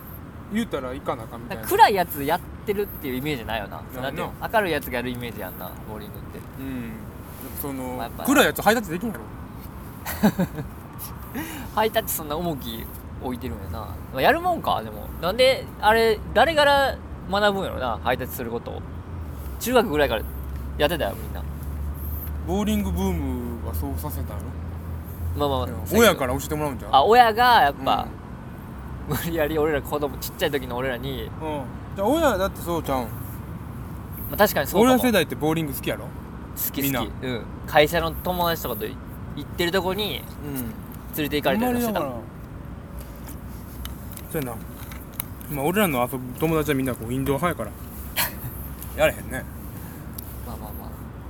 [SPEAKER 2] 言うたらいかなあかんみた
[SPEAKER 3] ないん
[SPEAKER 2] な
[SPEAKER 3] か暗いやつやってるっていうイメージないよな
[SPEAKER 2] な
[SPEAKER 3] なんていうの明るいやつがやるイメージやんなボーリングって
[SPEAKER 2] うんその、
[SPEAKER 3] まあやっぱ
[SPEAKER 2] 暗いやつ配達できんやろ
[SPEAKER 3] ハイタッチそんな重き置いてるんやな、まあやるもんかでもなんであれ誰から学ぶんやろなハイタッチすることを中学ぐらいからやってたよみんな
[SPEAKER 2] ボーリングブームはそうさせたんや
[SPEAKER 3] まあまあ
[SPEAKER 2] ろ
[SPEAKER 3] まあ
[SPEAKER 2] 親から教えてもらうんじゃん
[SPEAKER 3] あ親がやっぱ、
[SPEAKER 2] うん
[SPEAKER 3] 無理やり俺ら子供ちっちゃい時の俺らに、
[SPEAKER 2] うんじゃあ親だってそうちゃうん
[SPEAKER 3] まあ、確かにそう
[SPEAKER 2] 俺
[SPEAKER 3] からも
[SPEAKER 2] 世代ってボーリング好きやろ
[SPEAKER 3] 好き
[SPEAKER 2] みんな
[SPEAKER 3] 好き、うん、会社の友達とかと行ってるとこに
[SPEAKER 2] うん
[SPEAKER 3] 連れて行かれたりとかしてた
[SPEAKER 2] あんまりだからそうやなまあ俺らの遊ぶ友達はみんなこうインドア派やから やれへんね
[SPEAKER 3] まあまあ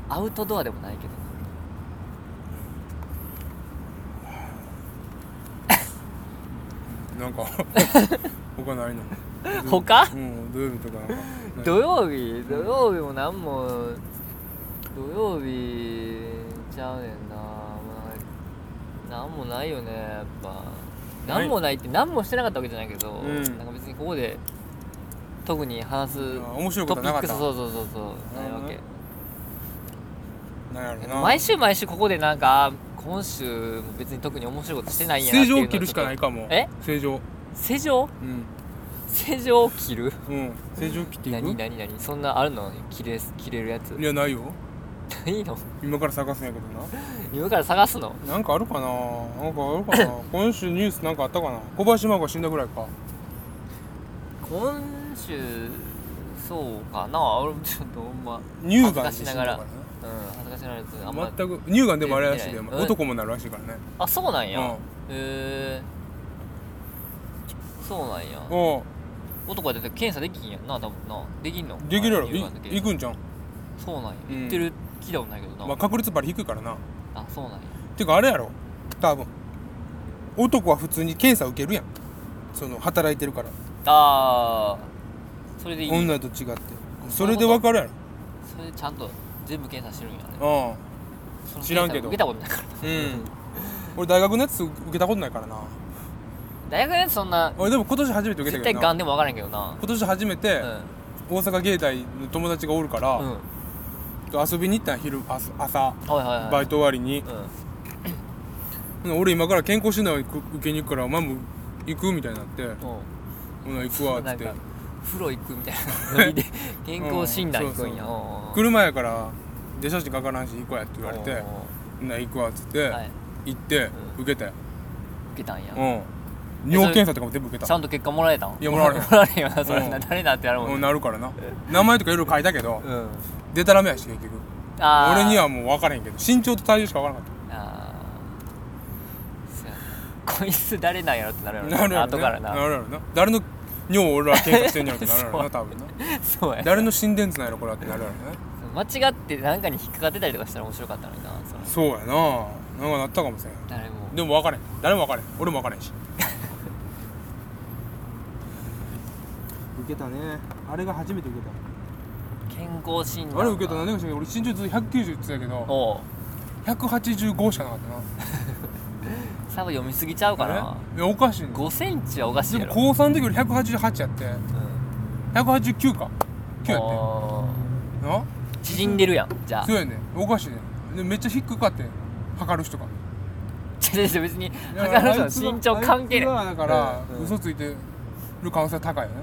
[SPEAKER 3] まあアウトドアでもないけど
[SPEAKER 2] なん か他ないの
[SPEAKER 3] 他
[SPEAKER 2] うん土曜日とかなんかない
[SPEAKER 3] 土曜日土曜日もなんも土曜日ちゃうねんな、まあ、なんもないよねやっぱ
[SPEAKER 2] ない
[SPEAKER 3] なんもないってなんもしてなかったわけじゃないけど、
[SPEAKER 2] うん
[SPEAKER 3] なんか別にここで特に話す
[SPEAKER 2] あ面白いこ
[SPEAKER 3] ト
[SPEAKER 2] と
[SPEAKER 3] ピ
[SPEAKER 2] はなか
[SPEAKER 3] ッ
[SPEAKER 2] っ
[SPEAKER 3] クス
[SPEAKER 2] た
[SPEAKER 3] そうそうそうそうない
[SPEAKER 2] なる
[SPEAKER 3] わ
[SPEAKER 2] ほどね
[SPEAKER 3] け
[SPEAKER 2] なんやろな
[SPEAKER 3] 毎週毎週ここでなんか今週も別に特に面白いことしてないんやなっ
[SPEAKER 2] 正
[SPEAKER 3] ていう
[SPEAKER 2] 常を
[SPEAKER 3] の
[SPEAKER 2] 切るしかないいかも
[SPEAKER 3] え
[SPEAKER 2] 正常
[SPEAKER 3] 正常
[SPEAKER 2] うん
[SPEAKER 3] 正常を切る
[SPEAKER 2] うん正常を切っていく
[SPEAKER 3] 何何何そんなあるの切れ切れるやつ
[SPEAKER 2] いやないよ
[SPEAKER 3] ないの
[SPEAKER 2] 今から探すんやけどな
[SPEAKER 3] 今から探すの
[SPEAKER 2] なんかあるかななんかあるかな今週ニュースなんかあったかな小林真央が死んだぐらいか
[SPEAKER 3] 今週そうかな俺もちょっとほんまうん
[SPEAKER 2] 乳がんで死んだからね
[SPEAKER 3] 恥恥ずかしながらちょっとあんま
[SPEAKER 2] 全く乳がんでもあれらしいで、
[SPEAKER 3] うん
[SPEAKER 2] 男もなるらしいからね
[SPEAKER 3] あそうなんや
[SPEAKER 2] うん
[SPEAKER 3] へえそうなんや
[SPEAKER 2] お
[SPEAKER 3] 男はだって検査できひんやんな多分なできんの
[SPEAKER 2] うできるやろ
[SPEAKER 3] あ乳がんだ
[SPEAKER 2] い
[SPEAKER 3] け
[SPEAKER 2] 行くんじゃん、
[SPEAKER 3] そうなんや
[SPEAKER 2] うん
[SPEAKER 3] 言ってる聞いたことないけど
[SPEAKER 2] まあ、
[SPEAKER 3] な
[SPEAKER 2] 確率ばり低いからな
[SPEAKER 3] あそうなんや
[SPEAKER 2] てかあれやろ多分男は普通に検査受けるやんその働いてるから
[SPEAKER 3] あーそれでいい
[SPEAKER 2] 女と違ってそれで分かるや
[SPEAKER 3] それでちゃんと全部検査してるんやね
[SPEAKER 2] ろ
[SPEAKER 3] その
[SPEAKER 2] 知らんけど
[SPEAKER 3] 検査受けたことないから
[SPEAKER 2] うんうん俺大学のやつ受けたことないからな
[SPEAKER 3] 大学のやつそんな
[SPEAKER 2] 俺でも今年初めて受け
[SPEAKER 3] 絶
[SPEAKER 2] たけ
[SPEAKER 3] 対
[SPEAKER 2] ど
[SPEAKER 3] ガ
[SPEAKER 2] な
[SPEAKER 3] ンでも分からんけどな
[SPEAKER 2] 今年初め
[SPEAKER 3] う
[SPEAKER 2] て
[SPEAKER 3] ん
[SPEAKER 2] 大阪芸大の友達がおるから、
[SPEAKER 3] うん
[SPEAKER 2] 遊びに行ったん昼朝朝
[SPEAKER 3] はいはいはい
[SPEAKER 2] バイト終わりに
[SPEAKER 3] う
[SPEAKER 2] ほ
[SPEAKER 3] ん
[SPEAKER 2] な俺今から健康診断を受けに行くからお前も行くみたいになって
[SPEAKER 3] うん
[SPEAKER 2] ほな行くわっつ
[SPEAKER 3] な
[SPEAKER 2] っ
[SPEAKER 3] ん
[SPEAKER 2] て
[SPEAKER 3] か風呂行くみたいなノ リで健康診断行くんや
[SPEAKER 2] うん
[SPEAKER 3] おうおう
[SPEAKER 2] 車やから出社してかからんし行こうやって言われ
[SPEAKER 3] お
[SPEAKER 2] て
[SPEAKER 3] う
[SPEAKER 2] ほな行くわっつっ
[SPEAKER 3] お
[SPEAKER 2] て
[SPEAKER 3] うはい
[SPEAKER 2] 行って
[SPEAKER 3] うん
[SPEAKER 2] 受けたよ
[SPEAKER 3] 受けたんや
[SPEAKER 2] うん尿検査とかも全部受け
[SPEAKER 3] ちゃ
[SPEAKER 2] た
[SPEAKER 3] んと結果もらえたん
[SPEAKER 2] いやもらわれへん
[SPEAKER 3] もらえへんよなそれ
[SPEAKER 2] う
[SPEAKER 3] なん誰だってやるも
[SPEAKER 2] うんん
[SPEAKER 3] な
[SPEAKER 2] なるからな名前とかいろいろ書いたけど
[SPEAKER 3] うん
[SPEAKER 2] でたらめやし結局
[SPEAKER 3] あー
[SPEAKER 2] 俺にはもう分からへんけど身長と体重しか分からなかっ
[SPEAKER 3] あーそやなこいつ誰なんやろってなる
[SPEAKER 2] た
[SPEAKER 3] よ
[SPEAKER 2] なるやろ
[SPEAKER 3] 後から
[SPEAKER 2] なな
[SPEAKER 3] な
[SPEAKER 2] るやろな誰の尿を俺ら検査してんやろってなるやろ
[SPEAKER 3] そ
[SPEAKER 2] な
[SPEAKER 3] う
[SPEAKER 2] 多 分な
[SPEAKER 3] そうや
[SPEAKER 2] 誰の心電図なんやろこれはってなるやろね
[SPEAKER 3] 間違って何かに引っかかってたりとかしたら面白かったのになその
[SPEAKER 2] そうやななんかなったかもしれん
[SPEAKER 3] 誰も
[SPEAKER 2] でも分かれん誰も分かれん俺も分かれんし受けたねあれが初めて受け
[SPEAKER 3] 健康診断
[SPEAKER 2] あれ受けた何でか知らんけど俺身長ずっと190って言ってたけど
[SPEAKER 3] おう
[SPEAKER 2] 185しかなかったな
[SPEAKER 3] 多分読みすぎちゃうかな
[SPEAKER 2] あれいやおかしいね
[SPEAKER 3] 5センチはおかし
[SPEAKER 2] で
[SPEAKER 3] いや
[SPEAKER 2] も
[SPEAKER 3] ろ
[SPEAKER 2] 高3の時より188やって
[SPEAKER 3] うん
[SPEAKER 2] 189か9やっ
[SPEAKER 3] おう
[SPEAKER 2] てな
[SPEAKER 3] 縮んでるやんじゃあ
[SPEAKER 2] そうやねおかしいねでめっちゃ低かったよ測る人が
[SPEAKER 3] 違う違う別に
[SPEAKER 2] だから
[SPEAKER 3] 測
[SPEAKER 2] あ
[SPEAKER 3] る
[SPEAKER 2] いつ
[SPEAKER 3] 人
[SPEAKER 2] が
[SPEAKER 3] の身長関係ない
[SPEAKER 2] あいつがだから
[SPEAKER 1] うんうん
[SPEAKER 2] 嘘ついてる可能性は高いよね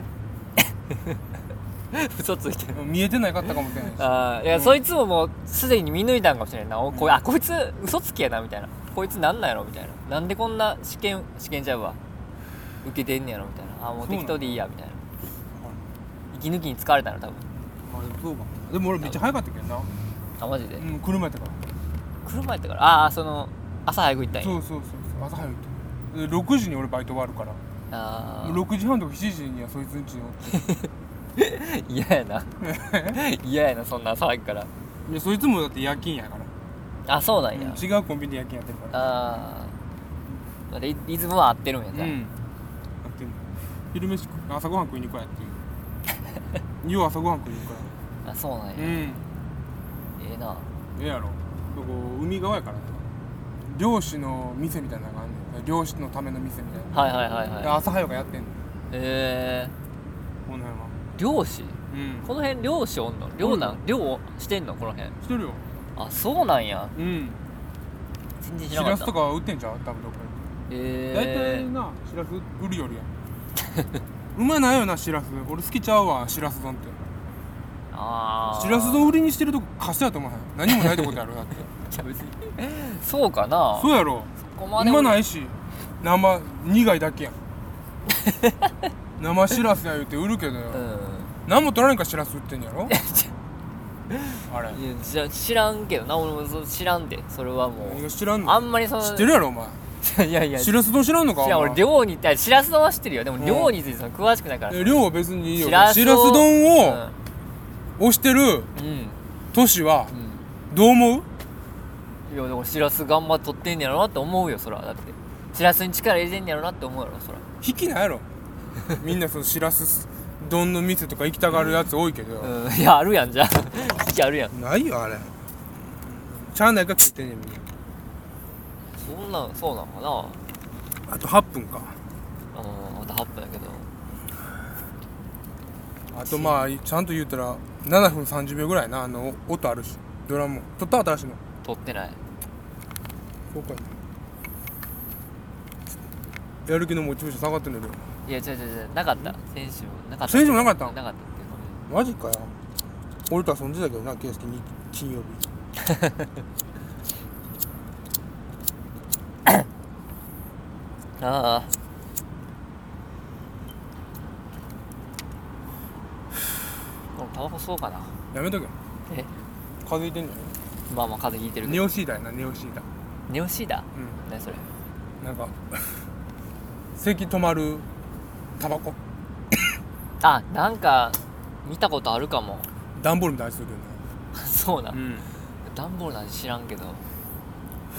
[SPEAKER 3] 嘘ついてる
[SPEAKER 2] 見えてないかったかもしれないし
[SPEAKER 3] あーいや、
[SPEAKER 2] うん
[SPEAKER 3] そいつももうすでに見抜いたんかもしれないなおこいあこいつ嘘つきやなみたいなこいつなんなんやろみたいななんでこんな試験試験ちゃうわ受けてんねやろみたいなあもう適当でいいやみたいな息抜きに疲れたの多分
[SPEAKER 2] まあでもそうかもでも俺めっちゃ早かったけどな、
[SPEAKER 3] あマジで、
[SPEAKER 2] うん、車やったから
[SPEAKER 3] 車やったからああその朝早く行ったんや
[SPEAKER 2] そうそうそうそう朝早いとで6時に俺バイト終わるから
[SPEAKER 3] ああ
[SPEAKER 2] 6時半とか7時にはそいつんちにおって
[SPEAKER 3] 嫌やな嫌やなそんな朝早くから
[SPEAKER 2] いやそいつもだって夜勤やから
[SPEAKER 3] あそうなんや、
[SPEAKER 2] うん違うコンビニで夜勤やってるから
[SPEAKER 3] ああリリズムは合ってるんやじゃあ、
[SPEAKER 2] うんやってんの昼飯食朝ごはん食いに行こうやっ ていうよう朝ごはん食いに行こう
[SPEAKER 3] あそうなんや、
[SPEAKER 2] や
[SPEAKER 3] え
[SPEAKER 2] ん
[SPEAKER 3] えな
[SPEAKER 2] ええやろそこ海側やから漁師の店みたいなのがあんねん漁師のための店みたいな、
[SPEAKER 3] はいはいはい
[SPEAKER 2] で
[SPEAKER 3] はい
[SPEAKER 2] 朝早くやってんの
[SPEAKER 3] ええ
[SPEAKER 2] この辺は
[SPEAKER 3] 漁師
[SPEAKER 2] うん
[SPEAKER 3] この辺漁師おんの漁なん、漁してんのこの辺
[SPEAKER 2] してるよ
[SPEAKER 3] あそうなんや
[SPEAKER 2] うん
[SPEAKER 3] 全然知
[SPEAKER 2] シ
[SPEAKER 3] らなか
[SPEAKER 2] ラ
[SPEAKER 3] っ
[SPEAKER 2] ス
[SPEAKER 3] た
[SPEAKER 2] とかは売ってんじゃん多分どっかで大
[SPEAKER 3] え
[SPEAKER 2] 体なシラス売るよりやうまないよなシラス俺好きちゃうわシラス丼って
[SPEAKER 3] えああ
[SPEAKER 2] シラス丼売りにしてるとこ貸しやと思わへん何もないってことやろだって
[SPEAKER 3] じゃ別にそうかな
[SPEAKER 2] そうやろ
[SPEAKER 3] そこまで
[SPEAKER 2] 今ないいし生苦いだ けやん生しらすや言うて売るけどよ、
[SPEAKER 3] うん
[SPEAKER 2] 何も取られんからしらす売ってんや ろあれ
[SPEAKER 3] いや知ら知らんけどな俺もそう知らんでそれはも
[SPEAKER 2] 何
[SPEAKER 3] う
[SPEAKER 2] が知らん
[SPEAKER 3] あ
[SPEAKER 2] の
[SPEAKER 3] んまりその
[SPEAKER 2] 知ってるやろお前
[SPEAKER 3] るいやいや
[SPEAKER 2] しらす丼知らんのか
[SPEAKER 3] 知らん
[SPEAKER 2] お
[SPEAKER 3] 俺
[SPEAKER 2] 前
[SPEAKER 3] 漁にあしらす丼は知ってるよでも
[SPEAKER 2] うん
[SPEAKER 3] 漁についてその詳しくないから
[SPEAKER 2] え量は別にいいよし
[SPEAKER 3] し
[SPEAKER 2] ら
[SPEAKER 3] ら
[SPEAKER 2] す
[SPEAKER 3] すを
[SPEAKER 2] 丼を押してる
[SPEAKER 3] うんうん
[SPEAKER 2] 都市は
[SPEAKER 3] うん
[SPEAKER 2] どう思う
[SPEAKER 3] いやでもしらす頑張っとってんねやろなって思うよそらだってしらすに力入れてんねやろなって思うやろそら
[SPEAKER 2] 引きないやろみんなそのしらす丼の店とか行きたがるやつ多いけどよ、
[SPEAKER 3] うん いやあるやんじゃあ引きあるやん
[SPEAKER 2] ないよあれちゃあないか食ってんねんみんな
[SPEAKER 3] そんなんそうなのかな
[SPEAKER 2] あと8分か
[SPEAKER 3] うんまた8分やけど
[SPEAKER 2] あとまあちゃんと言うたら7分30秒ぐらいなあの音あるしドラムも撮った新しいの
[SPEAKER 3] 撮ってない
[SPEAKER 2] そうかやる気のモチベーション下がってんだけど
[SPEAKER 3] いや違う違う違うなかった選手もなかった
[SPEAKER 2] 選手もなかったん
[SPEAKER 3] なかったっていうか
[SPEAKER 2] マジかよ俺と遊んでたけどな圭介に金曜日
[SPEAKER 3] ああ俺タバコ吸おうかな
[SPEAKER 2] やめとけ
[SPEAKER 3] え
[SPEAKER 2] 風邪ひいてんじ
[SPEAKER 3] まあまあ風邪ひいて
[SPEAKER 2] ゃ
[SPEAKER 3] る
[SPEAKER 2] ん
[SPEAKER 3] け
[SPEAKER 2] ネ
[SPEAKER 3] ど
[SPEAKER 2] オシーダやなネオシーダ
[SPEAKER 3] ネオシーダ
[SPEAKER 2] う
[SPEAKER 3] 何それ
[SPEAKER 2] んなんか咳止まるタバコ
[SPEAKER 3] あなんか見たことあるかも
[SPEAKER 2] 段ボールみたいな味する
[SPEAKER 3] そうな
[SPEAKER 2] けどね
[SPEAKER 3] 段ボールの味知らんけど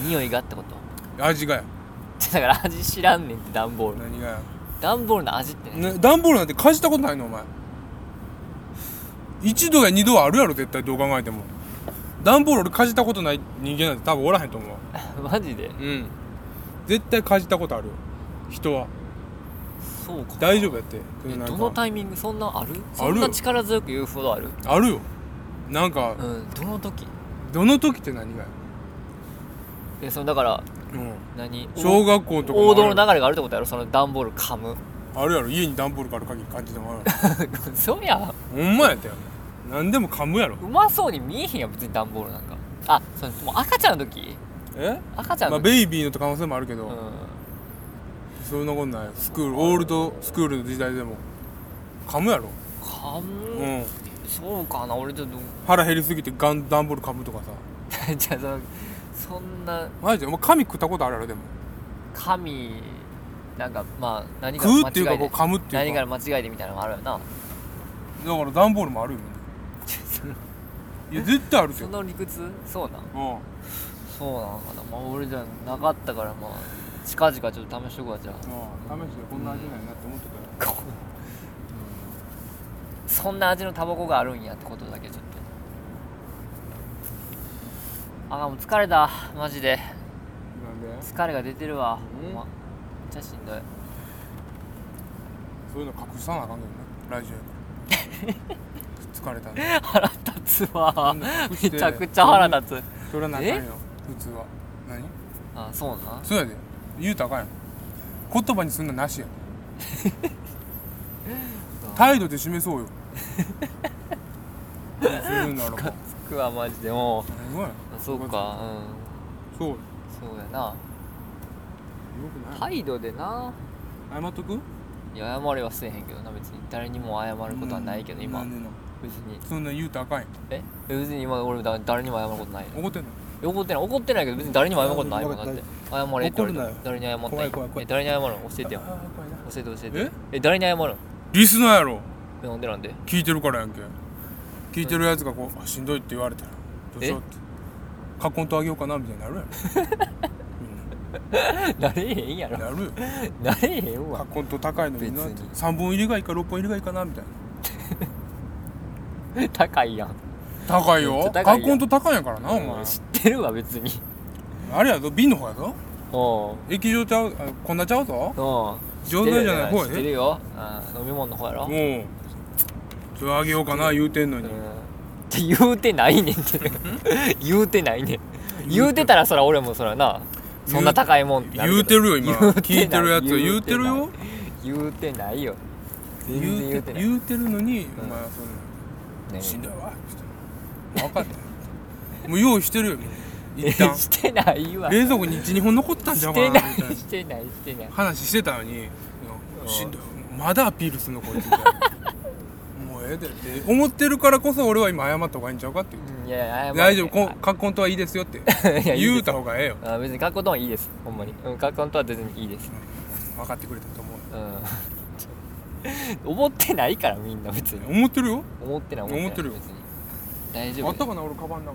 [SPEAKER 3] 匂いがってこと
[SPEAKER 2] うん味がや
[SPEAKER 3] だから味知らんねんって段ボール
[SPEAKER 2] 何がや
[SPEAKER 3] 段ボールの味ってね
[SPEAKER 2] ね段ボールなんてかじったことないのお前一度や二度はあるやろ絶対どう考えても段ボール俺かじったことない人間なんて多分おらへんと思う
[SPEAKER 3] マジで
[SPEAKER 2] うん絶対かじったことあるよ人は
[SPEAKER 3] そうか
[SPEAKER 2] 大丈夫やって
[SPEAKER 3] え
[SPEAKER 2] なんか
[SPEAKER 3] どのタイミングそんなあるそ
[SPEAKER 2] よ
[SPEAKER 3] んな力強く言うほどある
[SPEAKER 2] あるよなんか、
[SPEAKER 3] うんどの時
[SPEAKER 2] どの時って何がや、
[SPEAKER 3] えそのだから
[SPEAKER 2] うん、
[SPEAKER 3] 何
[SPEAKER 2] 小学校とかも
[SPEAKER 3] 王道
[SPEAKER 2] ある
[SPEAKER 3] の流れがあるってことやろその段ボール噛む
[SPEAKER 2] あるやろ家に段ボールがある限り感じてもある
[SPEAKER 3] そうやん
[SPEAKER 2] ほんまやったよ何でも噛むやろ
[SPEAKER 3] うまそうに見えへんやん別に段ボールなんかあそうもう赤ちゃんの時
[SPEAKER 2] え
[SPEAKER 3] 赤ちゃん
[SPEAKER 2] まあ
[SPEAKER 3] の時、
[SPEAKER 2] ベイビーの可能性もあるけど、そんなことないスクールオールドスクールの時代でも噛むやろ
[SPEAKER 3] うん噛む、
[SPEAKER 2] うん
[SPEAKER 3] そうかな俺ちょっと
[SPEAKER 2] 腹減りすぎてガンダンボール噛むとかさ
[SPEAKER 3] じゃあそのそんな
[SPEAKER 2] マジでお前髪食ったことあるやろでも
[SPEAKER 3] 神なんかまあ何か
[SPEAKER 2] 食
[SPEAKER 3] の
[SPEAKER 2] うっていう
[SPEAKER 3] 間違
[SPEAKER 2] かこう
[SPEAKER 3] いで
[SPEAKER 2] 噛むってい
[SPEAKER 3] 何
[SPEAKER 2] う
[SPEAKER 3] か
[SPEAKER 2] か
[SPEAKER 3] の間違いでみたいなのがあるよな
[SPEAKER 2] だから段ボールもあるよね
[SPEAKER 3] その
[SPEAKER 2] いや絶対あるって
[SPEAKER 3] そ
[SPEAKER 2] よ
[SPEAKER 3] の理屈そうなん
[SPEAKER 2] うん
[SPEAKER 3] そうなのかなまあ俺じゃなかったからまあ近々ちょっと試しとくわじゃあ
[SPEAKER 2] うん試してこんな味ないなって思ってたら
[SPEAKER 3] こうそんな味のタバコがあるんやってことだけちょっとあもう疲れたマジで
[SPEAKER 2] なんで
[SPEAKER 3] 疲れが出てるわ
[SPEAKER 2] うん
[SPEAKER 3] ほんまめっちゃしんどい
[SPEAKER 2] そういうの隠さなあかんけどねラジオや から疲れたんで
[SPEAKER 3] 腹立つわ
[SPEAKER 2] そんな隠して
[SPEAKER 3] めちゃくちゃ腹立つ
[SPEAKER 2] それはなあかんよ普通は何
[SPEAKER 3] あそうな
[SPEAKER 2] そうやで言うたらあかんやん言葉にすんのな しやん態度で示そうよするなら ば
[SPEAKER 3] つくわマジでも
[SPEAKER 2] すごいな
[SPEAKER 3] うそうか
[SPEAKER 2] そうよ
[SPEAKER 3] うんそうやな
[SPEAKER 2] くない
[SPEAKER 3] 態度でな
[SPEAKER 2] 謝っとく
[SPEAKER 3] いや謝りはせえへんけどな別に誰にも謝ることはないけど、
[SPEAKER 2] な
[SPEAKER 3] 今
[SPEAKER 2] んでなん
[SPEAKER 3] 別に
[SPEAKER 2] そんなん言うたらあかんやん
[SPEAKER 3] え別に今俺だ誰にも謝ることないよ
[SPEAKER 2] 怒ってんの
[SPEAKER 3] 怒ってない怒ってないけど別に誰にも謝ることないもんだ
[SPEAKER 1] 謝
[SPEAKER 3] っ
[SPEAKER 1] る
[SPEAKER 3] て謝れって言われたら誰に謝ったら
[SPEAKER 1] 怖い怖い怖い
[SPEAKER 3] え誰に謝るの教えてよ
[SPEAKER 2] あー怖いな
[SPEAKER 3] 教えて教えてえ誰に謝るの
[SPEAKER 2] リスナーやろ
[SPEAKER 3] えなんでなんで
[SPEAKER 2] 聞いてるからやんけ聞いてるやつがこうあ「しんどい」って言われたらどうしようって囲んとあげようかなみたいになるやろ
[SPEAKER 3] なれへんや
[SPEAKER 2] みん
[SPEAKER 3] ろ
[SPEAKER 2] ななるよ
[SPEAKER 3] なれへんわ
[SPEAKER 2] 囲んと高いのにな
[SPEAKER 3] 別に
[SPEAKER 2] 3本入りがいいか6本入りがいいかなみたいな
[SPEAKER 3] 高いやん
[SPEAKER 2] 高い
[SPEAKER 3] めっち
[SPEAKER 2] よ
[SPEAKER 3] ゃ高い
[SPEAKER 2] 学
[SPEAKER 3] よ
[SPEAKER 2] 校と高いんやからなお前
[SPEAKER 3] 知ってるわ別に
[SPEAKER 2] あれやぞ瓶の方やぞ
[SPEAKER 3] おう
[SPEAKER 2] 液状ちゃうあこんなちゃうぞ
[SPEAKER 3] おう
[SPEAKER 2] 上手じゃない方
[SPEAKER 3] 知って
[SPEAKER 2] や
[SPEAKER 3] るようん飲み物の方やろ
[SPEAKER 2] でもうそれあげようかな言うてんの
[SPEAKER 3] うん
[SPEAKER 2] に
[SPEAKER 3] って言うてないねんって言うてないねん言うてたらそら俺もそらなそんな高いもんってな
[SPEAKER 2] 言うて
[SPEAKER 3] る
[SPEAKER 2] るよ今
[SPEAKER 3] 言うてない
[SPEAKER 2] 聞いてるやつ言
[SPEAKER 3] 言
[SPEAKER 2] う
[SPEAKER 3] う
[SPEAKER 2] て
[SPEAKER 3] て
[SPEAKER 2] る
[SPEAKER 3] ない
[SPEAKER 2] よ
[SPEAKER 3] けど言うてないよ全然言うてない
[SPEAKER 2] 言うてるのにお
[SPEAKER 3] ん
[SPEAKER 2] 前はそんな
[SPEAKER 3] ね
[SPEAKER 2] しんどいわって分かったよもう用意してる よ一旦
[SPEAKER 3] してないわ
[SPEAKER 2] 冷蔵庫に12本残ったんじゃうかな
[SPEAKER 3] して
[SPEAKER 2] み
[SPEAKER 3] な
[SPEAKER 2] たいない
[SPEAKER 3] してないしてない
[SPEAKER 2] 話してたのに「
[SPEAKER 3] うん
[SPEAKER 2] しんどいまだアピールすんのこいつ」みたいな もうええでって思ってるからこそ俺は今謝った方がいいんちゃうかっていう
[SPEAKER 3] うんいやいや謝って
[SPEAKER 2] 大丈夫こん格好んとはいいですよって
[SPEAKER 3] いやいいです
[SPEAKER 2] 言うた方がええよ
[SPEAKER 3] あ別にカッコンとはいいですほんまにうんカッコンとは全然いいです
[SPEAKER 2] 分かってくれたと思う
[SPEAKER 3] うん 思ってないからみんな別に
[SPEAKER 2] 思ってるよ
[SPEAKER 3] 思ってない思ってない
[SPEAKER 2] 思ってるよ
[SPEAKER 3] 別に大丈
[SPEAKER 2] あった
[SPEAKER 3] 夫
[SPEAKER 2] かな俺カバンの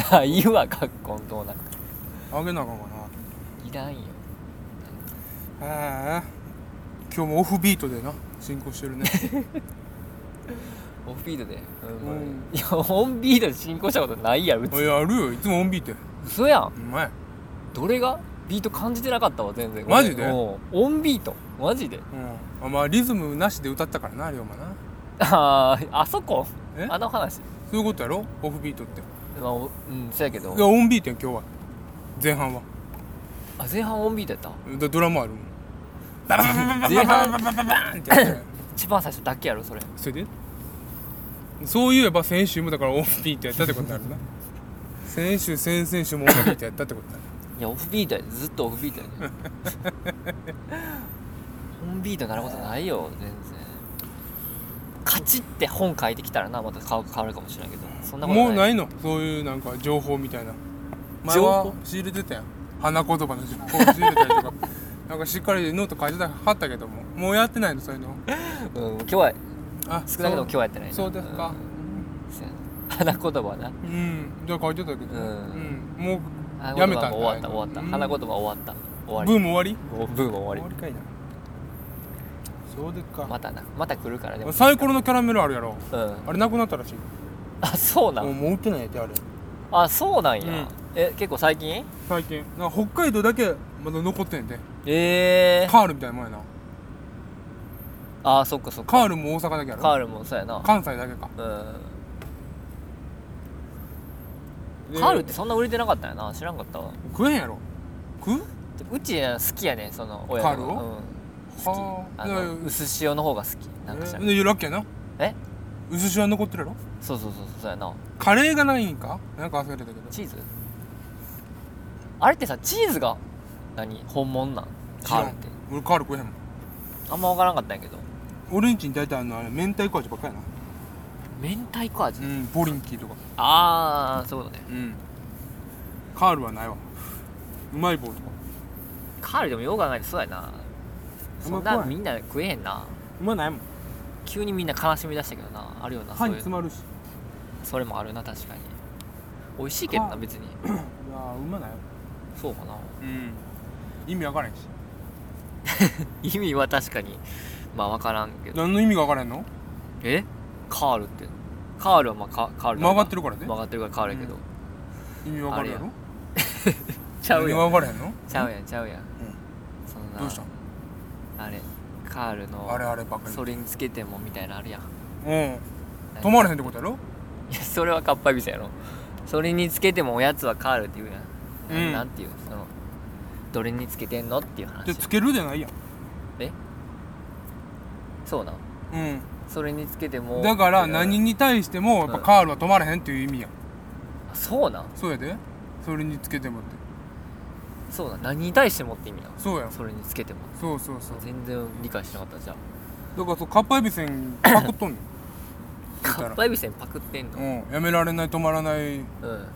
[SPEAKER 2] 中に
[SPEAKER 3] ないわカッコンとなんか
[SPEAKER 2] あげなあかんか
[SPEAKER 3] いらんよ
[SPEAKER 2] なへえ今日もオフビートでな進行してる ね
[SPEAKER 3] オフビートで、うん
[SPEAKER 2] うん
[SPEAKER 3] いやオンビートで進行したことないやろ別
[SPEAKER 2] お
[SPEAKER 3] に
[SPEAKER 2] いやるよいつもオンビートや
[SPEAKER 3] 嘘やん
[SPEAKER 2] うまい
[SPEAKER 3] どれがビート感じてなかったわ全然
[SPEAKER 2] マジで
[SPEAKER 3] うんオンビートマジで
[SPEAKER 2] うんあまあリズムなしで歌ったからな龍馬な
[SPEAKER 3] あーあそこ
[SPEAKER 2] え
[SPEAKER 3] あの話
[SPEAKER 2] そういうことやろオフビートってい
[SPEAKER 3] まあおうんそうやけど
[SPEAKER 2] やオンビートやん今日は前半は
[SPEAKER 3] あ前半オンビートやった
[SPEAKER 2] だドラムあるもんババババババ
[SPEAKER 3] 前
[SPEAKER 2] バ
[SPEAKER 3] 半
[SPEAKER 2] ババババンって やって
[SPEAKER 3] 一番最初だけやろそれ
[SPEAKER 2] それでそういえば先週もだからオフビートやったってことになるな先週先々週もオフビートやったってことになる
[SPEAKER 3] いやオフビートやでずっとオフビートやで オンビートになることないよ全然カチって本書いてきたらなまた顔変わるかもしれないけど そんなことない
[SPEAKER 2] もうないのそういうなんか情報みたいな前
[SPEAKER 3] 情
[SPEAKER 2] は
[SPEAKER 3] 報
[SPEAKER 2] 仕入れてたやん花言葉の情報を仕入れたりと かなんかしっかりノート書いてたはったけどももうやってないのそういうの
[SPEAKER 3] うん、今日は
[SPEAKER 2] あ
[SPEAKER 3] 少なくとも今日はやってないな
[SPEAKER 2] そうそうですか
[SPEAKER 3] うんそうやな花言葉な
[SPEAKER 2] うん、じゃあ書いてたけど、
[SPEAKER 3] うん
[SPEAKER 2] うんも
[SPEAKER 3] 花言葉
[SPEAKER 2] やめたんだ
[SPEAKER 3] もう終わった終わった、
[SPEAKER 2] うん
[SPEAKER 3] 花言葉終わった
[SPEAKER 2] う
[SPEAKER 3] 終
[SPEAKER 2] ブ
[SPEAKER 3] わ
[SPEAKER 2] ーム終わり
[SPEAKER 3] りもうブーム終わ
[SPEAKER 2] かいなそうでっ
[SPEAKER 3] り
[SPEAKER 2] か
[SPEAKER 3] またなまた来るからでも
[SPEAKER 2] サイコロのキャラメルあるやろ
[SPEAKER 3] うん
[SPEAKER 2] あれなくなったらしい
[SPEAKER 3] あそうなん、
[SPEAKER 2] もうもう売ってないやってあれ
[SPEAKER 3] あそうなんや、
[SPEAKER 2] うん
[SPEAKER 3] え結構最近
[SPEAKER 2] 最近なんか北海道だけまだ残ってんねんて
[SPEAKER 3] ええー、
[SPEAKER 2] カールみたいなもんやな
[SPEAKER 3] あそっかそっか
[SPEAKER 2] カールも大阪だけやろ
[SPEAKER 3] カールもそうやな
[SPEAKER 2] 関西だけか
[SPEAKER 3] うん
[SPEAKER 2] で
[SPEAKER 3] カールってそんな売れてなかったんやな知らんかったわ
[SPEAKER 2] 食えんやろ食う
[SPEAKER 3] うち好きやねその親
[SPEAKER 2] カールを
[SPEAKER 3] 好
[SPEAKER 2] は
[SPEAKER 3] き
[SPEAKER 2] あ
[SPEAKER 3] あの
[SPEAKER 2] で
[SPEAKER 3] 薄塩の方が好きなんか知らん
[SPEAKER 2] でラッキーやな
[SPEAKER 3] え
[SPEAKER 2] 薄塩は残ってるやろ
[SPEAKER 3] そうそうそうそうやな
[SPEAKER 2] カレーがないんかなんか忘れたけど
[SPEAKER 3] チーズあれってさチーズが何本物なんカールって
[SPEAKER 2] 知らん俺カール食えへんもん
[SPEAKER 3] あんま分からんかったんやけど
[SPEAKER 2] 俺んちに大体あのあれ明太子味ばっかりやな
[SPEAKER 3] 明太子味、
[SPEAKER 2] うんボリンキーとか
[SPEAKER 3] ああそういうことね
[SPEAKER 2] うんカールはないわうまい棒とか
[SPEAKER 3] カールでもよう考えてそうやなそん
[SPEAKER 2] あん
[SPEAKER 3] な
[SPEAKER 2] ま怖い
[SPEAKER 3] みんな食えへんな
[SPEAKER 2] うまないもん
[SPEAKER 3] 急にみんな悲しみ出したけどなあるよなそういう
[SPEAKER 2] まるし
[SPEAKER 3] それもあるな確かに美味しいけどな
[SPEAKER 2] か
[SPEAKER 3] 別に
[SPEAKER 2] いやーうまないわ
[SPEAKER 3] そうかな
[SPEAKER 2] うん意味わからへんし
[SPEAKER 3] 意味は確かにまあ分からんけど
[SPEAKER 2] 何の意味がわからへんの
[SPEAKER 3] えカールってカールはまあカカールだ
[SPEAKER 2] 曲がってるからね
[SPEAKER 3] 曲がってるからカールやけど、
[SPEAKER 2] う意味わからへんやろ
[SPEAKER 3] ちゃう
[SPEAKER 2] 意味
[SPEAKER 3] やん
[SPEAKER 2] わからへんの
[SPEAKER 3] ちゃうやんちゃうやん、そんな
[SPEAKER 2] どうしたん
[SPEAKER 3] あれカールの
[SPEAKER 2] あれあればっかり
[SPEAKER 3] それにつけてもみたいなのあるやん
[SPEAKER 2] うん止まれへんってことやろ
[SPEAKER 3] いやそれはかっぱえびせやろそれにつけてもおやつは変わるっていうやん、
[SPEAKER 2] うん
[SPEAKER 3] なんていうのそのどれにつけてんのっていう話
[SPEAKER 2] じゃあつけるじゃないやん
[SPEAKER 3] えそうなの
[SPEAKER 2] う
[SPEAKER 3] それにつけても
[SPEAKER 2] んだから
[SPEAKER 3] う
[SPEAKER 2] 何
[SPEAKER 3] ん
[SPEAKER 2] に対してもやっぱカールは止まらへんっていう意味やん
[SPEAKER 3] あそうなん
[SPEAKER 2] そうやでそれにつけてもって
[SPEAKER 3] そうなん何に対してもって意味なの
[SPEAKER 2] そうやん
[SPEAKER 3] それにつけても
[SPEAKER 2] そうそうそう
[SPEAKER 3] 全然理解してなかったじゃあ
[SPEAKER 2] だからそうカッパエビせんパクっ とんねん言っ
[SPEAKER 3] カ
[SPEAKER 2] たら
[SPEAKER 3] ッパエビせんパクってんの
[SPEAKER 2] うんやめられない止まらない
[SPEAKER 3] うんうん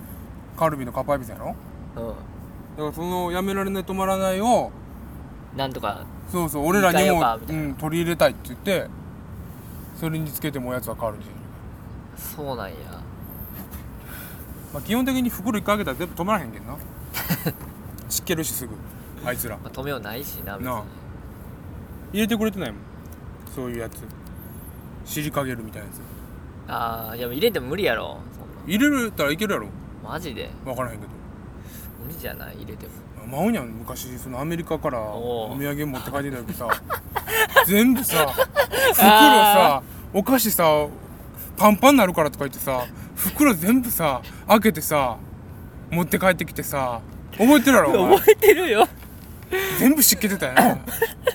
[SPEAKER 2] カルビのカッパエビせんやろだからそのやめられない止まらないを
[SPEAKER 3] なんとか
[SPEAKER 2] そうそう俺らに
[SPEAKER 3] いい
[SPEAKER 2] も
[SPEAKER 3] かよかみた
[SPEAKER 2] う
[SPEAKER 3] いなん
[SPEAKER 2] 取り入れたいって言ってそれにつけてもおやつは変わるんですよ
[SPEAKER 3] そうなんや
[SPEAKER 2] まあ基本的に袋一回開けたら全部止まらへんけ んな知っけるしすぐあいつら
[SPEAKER 3] まあ、止めようないしな別に
[SPEAKER 2] なあ入れてくれてないもんそういうやつ尻かげるみたいなやつ
[SPEAKER 3] あーいや入れても無理やろそん
[SPEAKER 2] 入れたらいけるやろ
[SPEAKER 3] なマジで
[SPEAKER 2] 分からへんけど
[SPEAKER 3] 無理じゃない入れても
[SPEAKER 2] マウニャン昔そのアメリカから
[SPEAKER 3] お
[SPEAKER 2] お
[SPEAKER 3] う
[SPEAKER 2] 土産持って帰ってきた時さ全部さ袋
[SPEAKER 3] あ
[SPEAKER 2] さお菓子さパンパンになるからとか言ってさ袋全部さ開けてさ持って帰ってきてさ覚えてるやろお前
[SPEAKER 3] 覚えてるよ
[SPEAKER 2] 全部湿気てたよな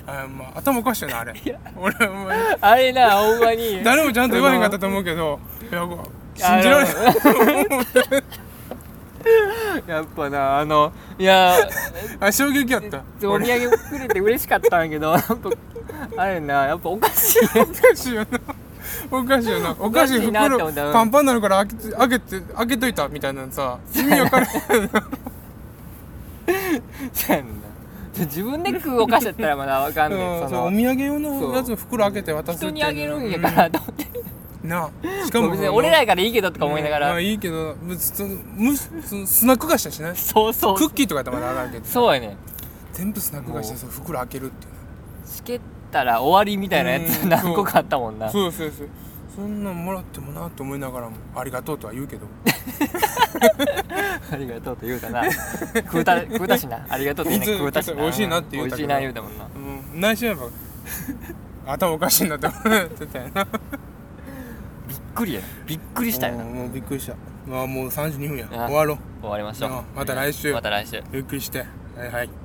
[SPEAKER 2] あ、まあ、頭おかしいよなあれ俺お前
[SPEAKER 3] あれなほん まに
[SPEAKER 2] 誰もちゃんと言わへんかったと思うけどいやこう信じられない
[SPEAKER 3] やっぱなあのいや
[SPEAKER 2] あ衝撃やった
[SPEAKER 3] お土産くれて嬉しかったんやけどなんかあれなやっぱおかしいよ
[SPEAKER 2] おかしいよなおかしいよなおかしい
[SPEAKER 3] おかしいなって
[SPEAKER 2] 袋
[SPEAKER 3] 思ったうん
[SPEAKER 2] パンパンになるから開けて開けて開けといたみたいなの さ意味わからへん
[SPEAKER 3] そうやんな自分で食うお菓子やったらまだわかんね
[SPEAKER 2] うんん
[SPEAKER 3] そ
[SPEAKER 2] そうお
[SPEAKER 3] の
[SPEAKER 2] 土産用のやつの袋開けて渡すってい
[SPEAKER 3] 人
[SPEAKER 2] う
[SPEAKER 3] にあげるんやからと思って
[SPEAKER 2] うんな あしかも
[SPEAKER 3] 別に俺らやからいいけどとか思いなが
[SPEAKER 2] うんま
[SPEAKER 3] ら
[SPEAKER 2] あいいけどむそのむそのスナック菓子はしない
[SPEAKER 3] そうそう
[SPEAKER 2] クッキーとかやったらまだ上がるけど
[SPEAKER 3] そうやね
[SPEAKER 2] 全部スナック菓子でその袋開けるっていう
[SPEAKER 3] しけったら終わりみたいなやつ
[SPEAKER 2] うん
[SPEAKER 3] 何個かあったもんな
[SPEAKER 2] そうそうそうそんなんもらってもなって思いながらもありがとうとは言うけど
[SPEAKER 3] ありがとうと言うたな食うた食うたしなありがとうって言うね
[SPEAKER 2] いつ
[SPEAKER 3] 食うたしな
[SPEAKER 2] 美味しいなって言うた
[SPEAKER 3] 美
[SPEAKER 2] け
[SPEAKER 3] 味しい
[SPEAKER 2] ど
[SPEAKER 3] な言うたもんな
[SPEAKER 2] うん内心やっぱ 頭おかしいんだって思ってたよな
[SPEAKER 3] びっくりやびっくりしたよな
[SPEAKER 2] もう
[SPEAKER 3] 終
[SPEAKER 2] もうびっくりしたまあもう32分や
[SPEAKER 3] あ
[SPEAKER 2] 終わろ
[SPEAKER 3] わりましょ
[SPEAKER 2] なあ
[SPEAKER 3] う
[SPEAKER 2] また来週
[SPEAKER 3] また来週
[SPEAKER 2] うゆっくりしてはいはい